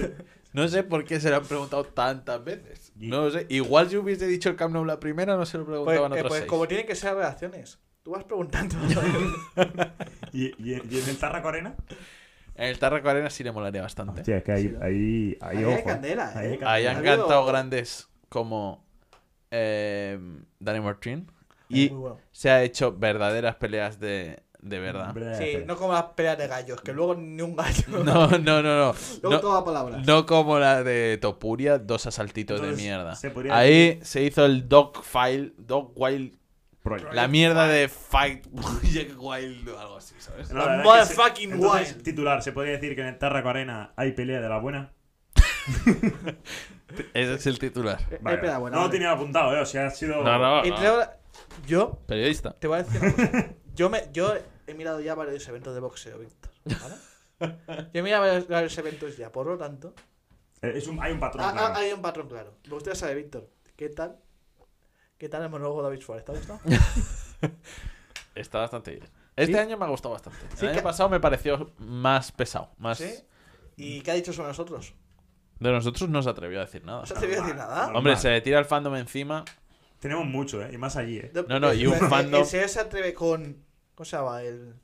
no sé por qué se lo han preguntado tantas veces.
Y-
No lo sé. Igual si hubiese dicho el Camp Nou la primera, no se lo preguntaban
Pues, eh,
otras
pues
seis.
como tienen que ser relaciones, tú vas preguntando.
¿Y, y, y en el Tarraco Arena?
En el Tarraco Arena sí le molaría bastante.
Hostia, es que ahí, ahí, ahí,
Ahí hay
ojo, ¿eh?
candela,
Ahí
¿eh?
hay candela.
Ahí
Ha
han
habido-
cantado grandes como eh, Danny Martin. Y
Muy bueno.
se ha hecho verdaderas peleas de, de verdad.
Hombre,
Sí,
pero-
no como las peleas de gallos, que luego ni un gallo.
No, no, no, no.
Luego
No,
toda palabra.
no como la de Topuria, dos asaltitos de
Entonces,
mierda.
se podría
Ahí se hizo el Dog File, Dog Wild,
Project.
la mierda de Fight Project Wild o algo así, ¿sabes?
No, la verdad
I'm
es que se-
motherfucking
entonces,
wild.
Titular, ¿se podría decir que en el Tarraco Arena hay pelea de la buena?
Ese es el titular.
Eh,
Vale,
pelea
vale.
buena,
no lo
vale.
tenía apuntado, ¿eh? O sea, ha sido...
No, no,
Y
no.
te digo la- Yo
Periodista.
te voy a decir una cosa. Yo, me, yo he mirado ya varios eventos de boxeo, Víctor. ¿vale? Yo he mirado varios, varios eventos ya, por lo tanto.
Eh, Es un, hay un patrón,
ah, ah,
claro.
hay un patrón claro. Me gustaría saber, Víctor, ¿qué tal? ¿Qué tal el monólogo de David Suárez? ¿Te ha gustado?
Está bastante bien. Este
¿Sí?
año me ha gustado bastante. El
Sí,
año
que-
pasado me pareció más pesado. Más...
¿Sí? ¿Y qué ha dicho sobre nosotros?
De nosotros no se atrevió a decir nada.
No se te voy a decir nada.
Hombre,
Normal.
se le tira el fandom encima.
Tenemos mucho, ¿eh? Y más allí, ¿eh?
No, no, y un
El- el-
fandom-
El señor se atreve con. ¿Cómo se llama? El.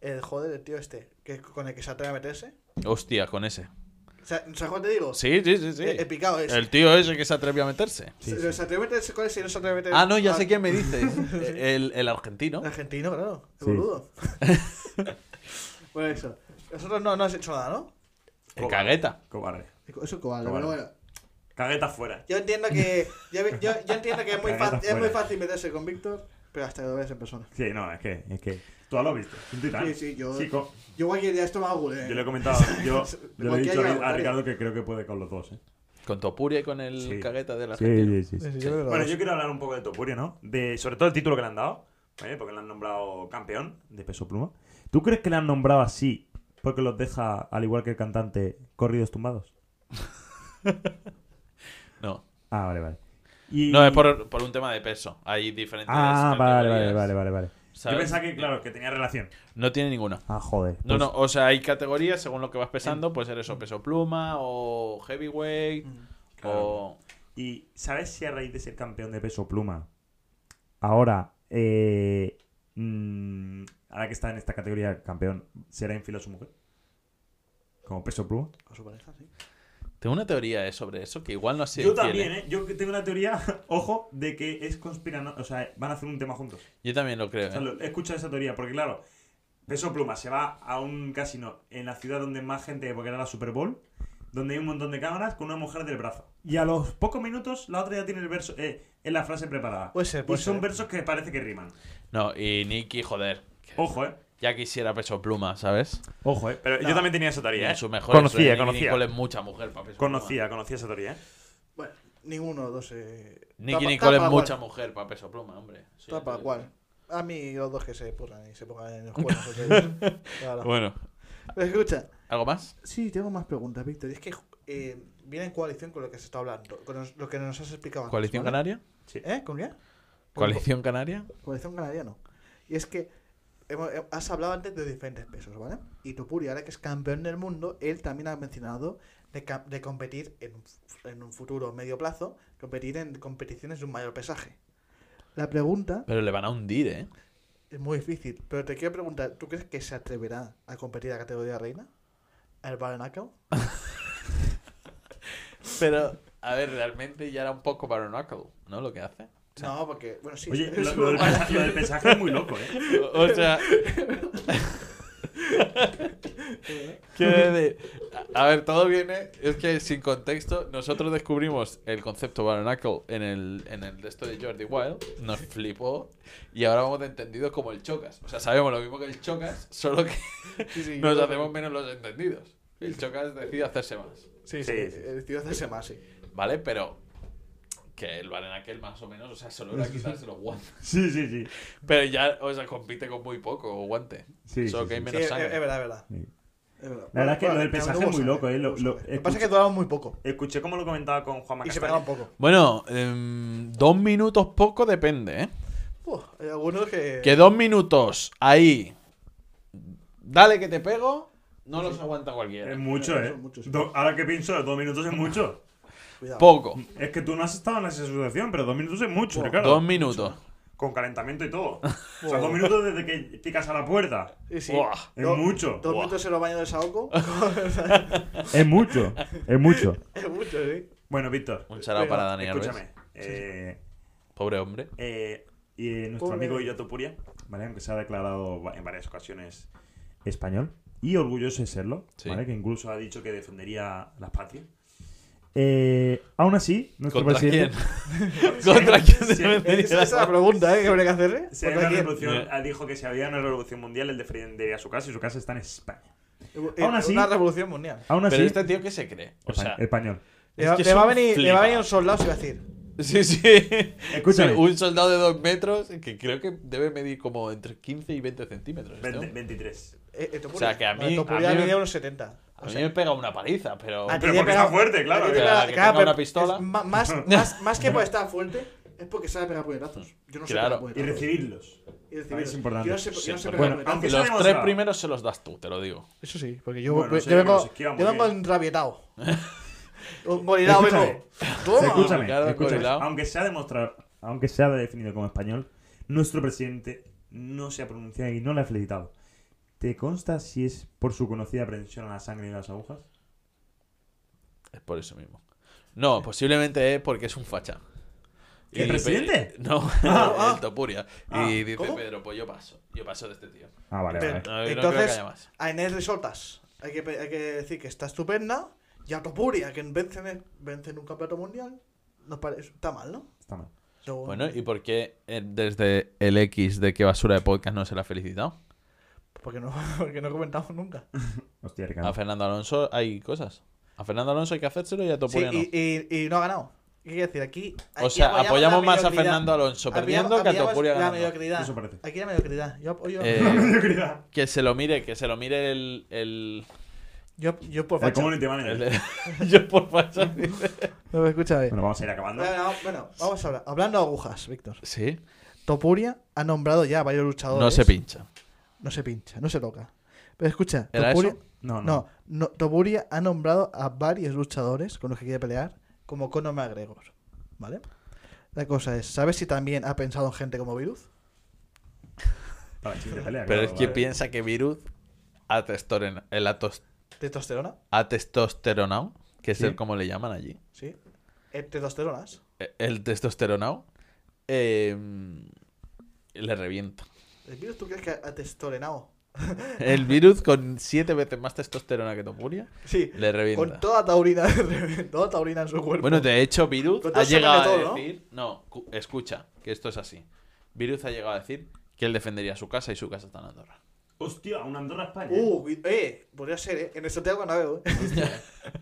El joder, el tío este. Que, con el que se atreve a meterse.
Hostia, con ese.
O sea, ¿Sabes cómo te digo?
Sí, sí, sí, sí.
Eh,
El, el picado ese.
El tío ese que se atrevió a meterse.
Sí,
se,
sí.
se atreve a meterse con ese y no se atreve a meterse.
Ah, no, ya sé quién me dice. El, el argentino.
Argentino, claro. El
Sí.
boludo. bueno, eso. Nosotros no, no has hecho nada, ¿no?
El cagueta.
Cobarde.
Eso es cobarde,
Cobarde.
pero bueno.
Cagueta fuera.
Yo entiendo que. Yo, yo, yo entiendo que es muy,
Cagueta
fácil, es muy
fuera.
fácil meterse con Víctor, pero hasta que lo veas en persona.
Sí, no, es que, es que. Tú lo has visto. es un titán.
Sí, sí, yo-
Chico,
Yo cualquier día esto me hago,
yo
eh.
le he comentado. Yo, yo le he
Cualquiera
dicho a-
llega,
a
vale.
Ricardo que creo que puede con los dos, ¿eh?
Con Topuria y con el
Sí.
cagueta del argentino.
Bueno, yo quiero hablar un poco de Topuria, ¿no? De, sobre todo el título que le han dado, ¿eh? porque le han nombrado campeón de peso pluma. ¿Tú crees que le han nombrado así porque los deja, al igual que el cantante, corridos tumbados?
No,
Ah, vale, vale. Y-
no es por, por un tema de peso. Hay diferentes.
Ah, vale, vale,
categorías,
vale, vale, vale. Yo
¿sabes?
pensaba que, claro, que tenía relación.
No tiene ninguna.
Ah, joder.
No,
pues-
no, o sea, hay categorías según lo que vas pesando, pues eres o peso pluma, o heavyweight,
Mm.
o...
¿Y sabes si a raíz de ser campeón de peso pluma, ahora, eh, mm, ahora que está en esta categoría campeón, será infiel a su mujer? ¿Como peso pluma?
Con su pareja, sí.
Tengo una teoría eh, sobre eso, que igual no ha sido
Yo
infiel,
también,
¿eh?
¿eh? Yo que tengo una teoría, ojo, de que es conspirano. O sea, van a hacer un tema juntos.
Yo también lo creo,
O sea,
¿eh?
lo- he escuchado esa teoría, porque claro, Peso Pluma se va a un casino en la ciudad donde más gente, porque era la Super Bowl, donde hay un montón de cámaras con una mujer del brazo. Y a los pocos minutos, la otra ya tiene el verso, eh, en la frase preparada.
Puede ser, puede
y son
ser.
versos que parece que riman.
No, y Nicky, joder, que
Ojo, eh.
ya quisiera peso pluma, ¿sabes?
Ojo, eh. Pero yo también tenía esa
Y
teoría,
en
eh.
sus mejores
Conocía,
sueños, Nicky
conocía.
Nicole es mucha mujer para peso pluma.
Conocía, conocía esa teoría, eh.
Bueno, ninguno de los dos. Eh...
Nicky
tapa-
Nicole
tapa
es
cual,
mucha mujer para peso pluma, hombre. Sí,
Tapa
sí.
cual. A mí los dos que se purran y se pongan en el juego. porque- Claro.
Bueno,
Escucha,
¿algo más?
Sí, tengo más preguntas, Víctor.
pero es que eh, viene en coalición con lo que se está hablando, con nos- lo que nos has explicado antes,
¿Coalición
¿vale?
Canaria?
¿Eh? ¿Con qué?
¿Coalición Canaria?
Coalición Canaria no. Y es que hemos- eh, has hablado antes de diferentes pesos, ¿vale? Y Topuri, ahora que es campeón del mundo, él también ha mencionado de, ca- de competir en un, f- en un futuro medio plazo, competir en competiciones de un mayor pesaje. La pregunta
Pero le van a hundir, ¿eh?
Es muy difícil, pero te quiero preguntar, ¿tú crees que se atreverá a competir a la categoría reina? ¿Al Baranakao?
Pero, a ver, realmente ya era un poco Baron Knuckle, ¿no? Lo que hace.
No, porque, bueno, sí.
Oye,
es
lo,
un
lo del,
humano.
pes- lo del pesaje es muy loco, ¿eh?
O, o sea. Quiero decir, a a ver, todo viene. Es que sin contexto, nosotros descubrimos el concepto Baron Knuckle en el, en el resto de Jordi Wild, nos flipó y ahora vamos de entendidos como el Chocas. O sea, sabemos lo mismo que el Chocas, solo que
Sí, sí,
nos
yo-
hacemos menos los entendidos. El Chocas decide hacerse más,
Sí, sí,
Sí, sí.
el tío hace más, sí.
¿vale? Pero que el Baron Knuckle más o menos, o sea, solo era quitarse los guantes.
Sí, sí, sí.
Pero ya, o sea, compite con muy poco guante.
Sí,
solo
sí,
que hay
sí.
Sí,
menos
es, es
sangre.
verdad, es verdad.
Sí.
Es verdad.
La verdad es que lo del
Bueno,
pesaje
hubo
es muy
sangre,
loco, ¿eh? Lo-
hubo
lo-
sangre. Lo que pasa es que
escucha-
duraba muy poco
Escuché cómo lo comentaba con Juanma
y se
Castaño.
pegaba un poco.
Bueno, em, dos minutos poco depende, ¿eh?
Uf, hay algunos que...
Que dos minutos ahí. Dale que te pego, no los aguanta
Es
cualquiera.
mucho, ¿eh?
Son muchos.
Do- ahora que pienso, dos minutos es mucho.
Cuidado.
Poco.
Es que tú no has estado en esa situación, pero dos minutos es mucho, Ricardo.
Dos minutos.
Con calentamiento y todo. O sea, dos minutos desde que picas a la puerta.
Sí, sí.
Buah.
Es
Do-
mucho.
Dos minutos en los baños de Saoko.
Es mucho. Es mucho.
es mucho, sí.
Bueno, Víctor.
Un charao para Dani Alves.
Escúchame. Eh,
Pobre hombre.
eh, y eh, nuestro
Pobre.
amigo Yoto Puria, ¿vale? Aunque se ha declarado va- en varias ocasiones español y orgulloso de serlo,
Sí.
¿vale? Que incluso ha dicho que defendería las patrias. Eh, aún así, nuestro
¿Contra quién?
presidente.
¿Contra quién se
Sí,
Esa es la pregunta, ¿eh? Que habría que hacer, ¿eh?
Si hay
Porque
una
aquí-
revolución, ah, dijo que si había una revolución mundial, él defendería su casa y su casa está en España.
eh,
Aún así-
Una revolución mundial.
Aún así,
Pero este tío que se cree. Eh, O
espa-
sea,
español.
Es
Le va,
que
le va a
son
venir, le va a venir un
flipados.
soldado y va a decir.
sí, sí.
Escúchame.
Un soldado de dos metros que creo que debe medir como entre 15 y 20 centímetros. este
20
hombre.
23.
Eh, eh, Topuria.
O sea, que a mí-
Vale, Topuria
a mí-
medía unos 70.
A mí me pega una paliza, pero.
A ti
Pero
te
porque
pega-
está fuerte, claro,
a ti te
que-
pega-
que tenga
claro, pero
una pistola.
es ma- más, más, más que por estar fuerte, es porque sabe pegar puñetazos. Yo no
Claro.
sé pegar
Y
puñetazos.
recibirlos.
Y recibir-
también es importante.
Yo no sé, yo no sé
Siempre.
pegar
Bueno,
puñetazos.
aunque-
Los
sabemos
tres
nada.
primeros se los das tú, te lo digo.
Eso sí, porque yo,
Bueno,
yo
sé que
vengo,
los esquiva
yo
muy
vengo
bien.
enrabietado. un morirado
Escúchame.
vengo. Toma.
escúchame,
Ricardo
escúchame.
Corilao.
Aunque se ha demostrado, aunque se ha definido como español, nuestro presidente no se ha pronunciado y no le ha felicitado. ¿Te consta si es por su conocida aprensión a la sangre y las agujas?
Es por eso mismo. No, posiblemente es porque es un facha.
¿El
Y-
presidente?
No,
Ah,
el Topuria.
Ah,
y dice
¿cómo?
Pedro, pues yo paso. Yo paso de este tío.
Ah, vale,
Pero-
vale.
No, yo no creo que
Entonces,
haya más.
a Inés le soltas. Hay que, pe- hay que decir que está estupenda. Y a Topuria, que vence en, vence en un campeonato mundial, nos parece, está mal, ¿no?
Está mal.
Según-
Bueno, ¿y por qué eh, desde el X de qué basura de podcast no se le ha felicitado?
porque, no, porque no comentamos nunca.
Hostia,
A
Ricardo.
Fernando Alonso hay cosas. A Fernando Alonso hay que hacérselo y a
Sí,
Topuria
y, y- y no ha ganado. ¿Qué quiere decir? Aquí.
no. O
aquí
sea, apoyamos
la
más a
mediocridad.
Fernando Alonso
Apoyamos-
perdiendo que a
apoyamos
Topuria
La
ganando.
mediocridad.
Eso parece.
Aquí la mediocridad. Yo, apoyo-
Eh, que se lo mire, que se lo mire el... el,
yo, yo por
El
facha.
community manager.
el- yo por facha.
No me escucha bien.
Bueno, vamos a ir acabando.
Bueno, no, bueno, vamos a hablar. Hablando de agujas, Víctor.
Sí,
Topuria ha nombrado ya a varios luchadores.
no se pincha.
No se pincha, no se toca. Pero escucha,
¿Era
Topuria,
eso?
No, no.
No, no, Topuria ha nombrado a varios luchadores con los que quiere pelear, como Conor McGregor. ¿Vale? La cosa es, ¿sabes si también ha pensado en gente como Virus?
Para la siguiente pelea,
Pero
claro,
es que
vale.
piensa que virus a testosterona, el atos-
¿Testosterona?
a testosteronao, que es
Sí.
el como le llaman allí,
¿Sí? Eh, ¿Testosteronas?
e- el testosteronao, eh, le revienta.
¿El Eh, Virus tú crees que ha testosteronado?
El virus con siete veces más testosterona que Topuria,
Sí,
le
con
revienta.
toda taurina, toda taurina en su cuerpo.
Bueno, de hecho, virus
Con todo
ha
se come
llegado a
todo, ¿no?
decir... No, cu- escucha, que esto es así. Virus ha llegado a decir que él defendería su casa y su casa está en Andorra.
Hostia, una Andorra España.
Uh, cu- eh, podría ser, eh. En el sorteo cuando veo, eh.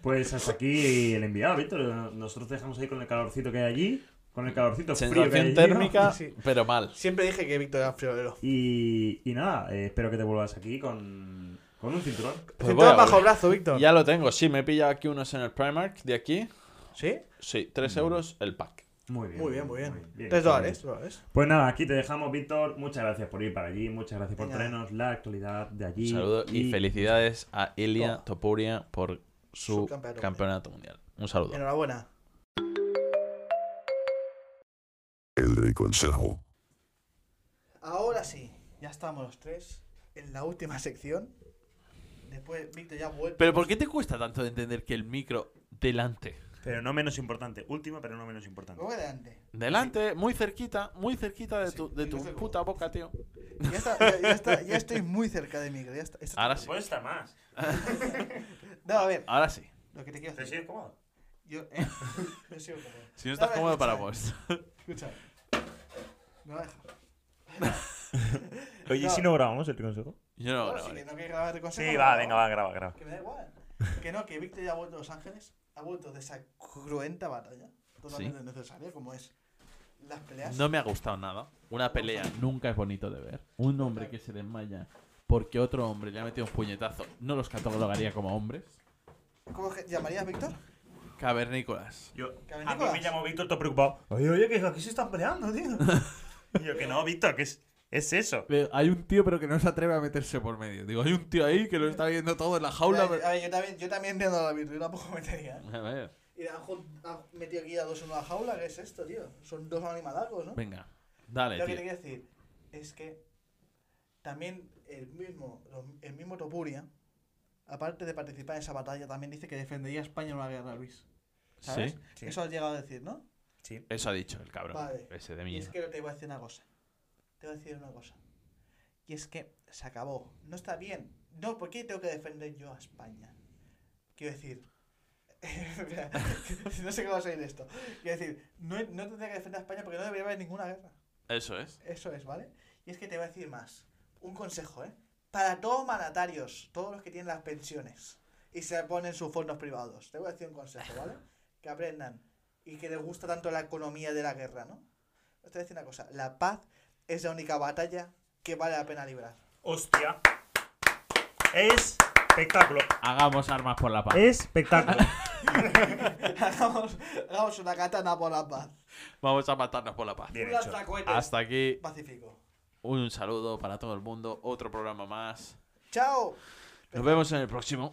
Pues hasta aquí el enviado, Víctor. Nosotros te dejamos ahí con el calorcito que hay allí. Con el calorcito frío que hay
Sensación
allí,
térmica,
Sí.
pero mal.
Siempre dije que Víctor era friolero.
Y, y nada, eh, espero que te vuelvas aquí con, con un cinturón.
Pues
Te
voy a
bajo
volver.
brazo, Víctor.
Ya lo tengo, sí, me he pillado aquí unos en el Primark de aquí.
¿Sí?
Sí, 3 euros el pack.
Muy bien.
Muy bien, ¿eh? muy bien.
Pues
Tres dólares, dólares.
Pues nada, aquí te dejamos, Víctor. Muchas gracias por ir para allí. Muchas gracias por
Venga.
traernos la actualidad de allí.
Un saludo y felicidades a Ilia
Toma.
Topuria por su
Subcampeonato
campeonato mundial. Un saludo.
Enhorabuena.
El Rey Consejo.
Ahora sí. Ya estamos los tres en la última sección. Después Víctor ya vuelve.
Pero ¿por qué te cuesta tanto de entender que el micro delante?
Pero no menos importante. Última, pero no menos importante.
Luego adelante.
Delante, muy cerquita, muy cerquita de tu, de
sí,
tu
no sé cómo.
puta boca, tío.
Ya, está, ya, ya está, ya estoy muy cerca de micro. Ya está, esto-
Ahora sí,
Puede estar más.
No, a ver,
ahora sí.
lo que te quiero
¿Te
hacer.
sientes cómodo?
Yo, eh, yo sigo como-
Si no estás
Dame,
cómodo,
escucha.
paramos.
Escucha. Me va a dejar.
Oye, ¿y
No.
si no grabamos el consejo?
Yo no
No, Oh, sí,
grabaré.
que tengo que grabar el consejo,
Sí,
no,
va,
no.
venga, va, graba, graba.
Que me da igual. Que no, que Víctor ya ha vuelto a Los Ángeles, ha vuelto de esa cruenta batalla, totalmente necesaria, como es las peleas.
No me ha gustado nada. Una pelea
Nunca es bonito de ver. Un hombre que se desmaya porque otro hombre le ha metido un puñetazo, no los catalogaría como hombres.
¿Cómo que llamarías Víctor?
cavernícolas.
Yo, a mí
¿Cavernícolas?
me llamó Víctor todo preocupado. Oye, oye, que aquí se están peleando, tío. Y yo, que no, Víctor, que es, es eso.
Veo, Hay un tío, pero que no se atreve a meterse por medio. Digo, hay un tío ahí que lo está viendo todo en la jaula.
a ver, a ver, yo también, yo también entiendo la Víctor, yo tampoco metería. ¿eh?
pero- A ver,
Y le han, jun- han metido aquí a dos en una jaula, ¿qué es esto, tío? Son dos animalacos, ¿no?
venga, dale,
Lo que te
tío.
quiero decir es que también el mismo, lo- el mismo Topuria, aparte de participar en esa batalla, también dice que defendería a España en una guerra, Luis. ¿Sabes?
Sí,
Sí.
Eso has llegado a decir, ¿no?
Sí.
eso ha dicho el cabrón.
Vale.
Ese de
Y
mierda.
es que te voy a decir una cosa. Te voy a decir una cosa. Y es que se acabó. No está bien. No, ¿por qué tengo que defender yo a España? Quiero decir. Mira, no sé cómo va a salir esto. Quiero decir, no, no tendría que defender a España porque no debería haber ninguna guerra.
Eso es.
Eso es, ¿vale? Y es que te voy a decir más. Un consejo, ¿eh? Para todos mandatarios, todos los que tienen las pensiones y se ponen sus fondos privados. Te voy a decir un consejo, ¿vale? Que aprendan y que les gusta tanto la economía de la guerra, ¿no? Os Te voy a decir una cosa. La paz es la única batalla que vale la pena librar.
Hostia. Es espectáculo.
Hagamos armas por la paz.
Espectáculo.
Ah.
hagamos, hagamos una katana por la paz.
Vamos a matarnos por la paz.
Bien
Un
hecho.
lanzacohetes
Hasta aquí,
Pacífico.
un saludo para todo el mundo. Otro programa más.
¡Chao!
Nos vemos en el próximo.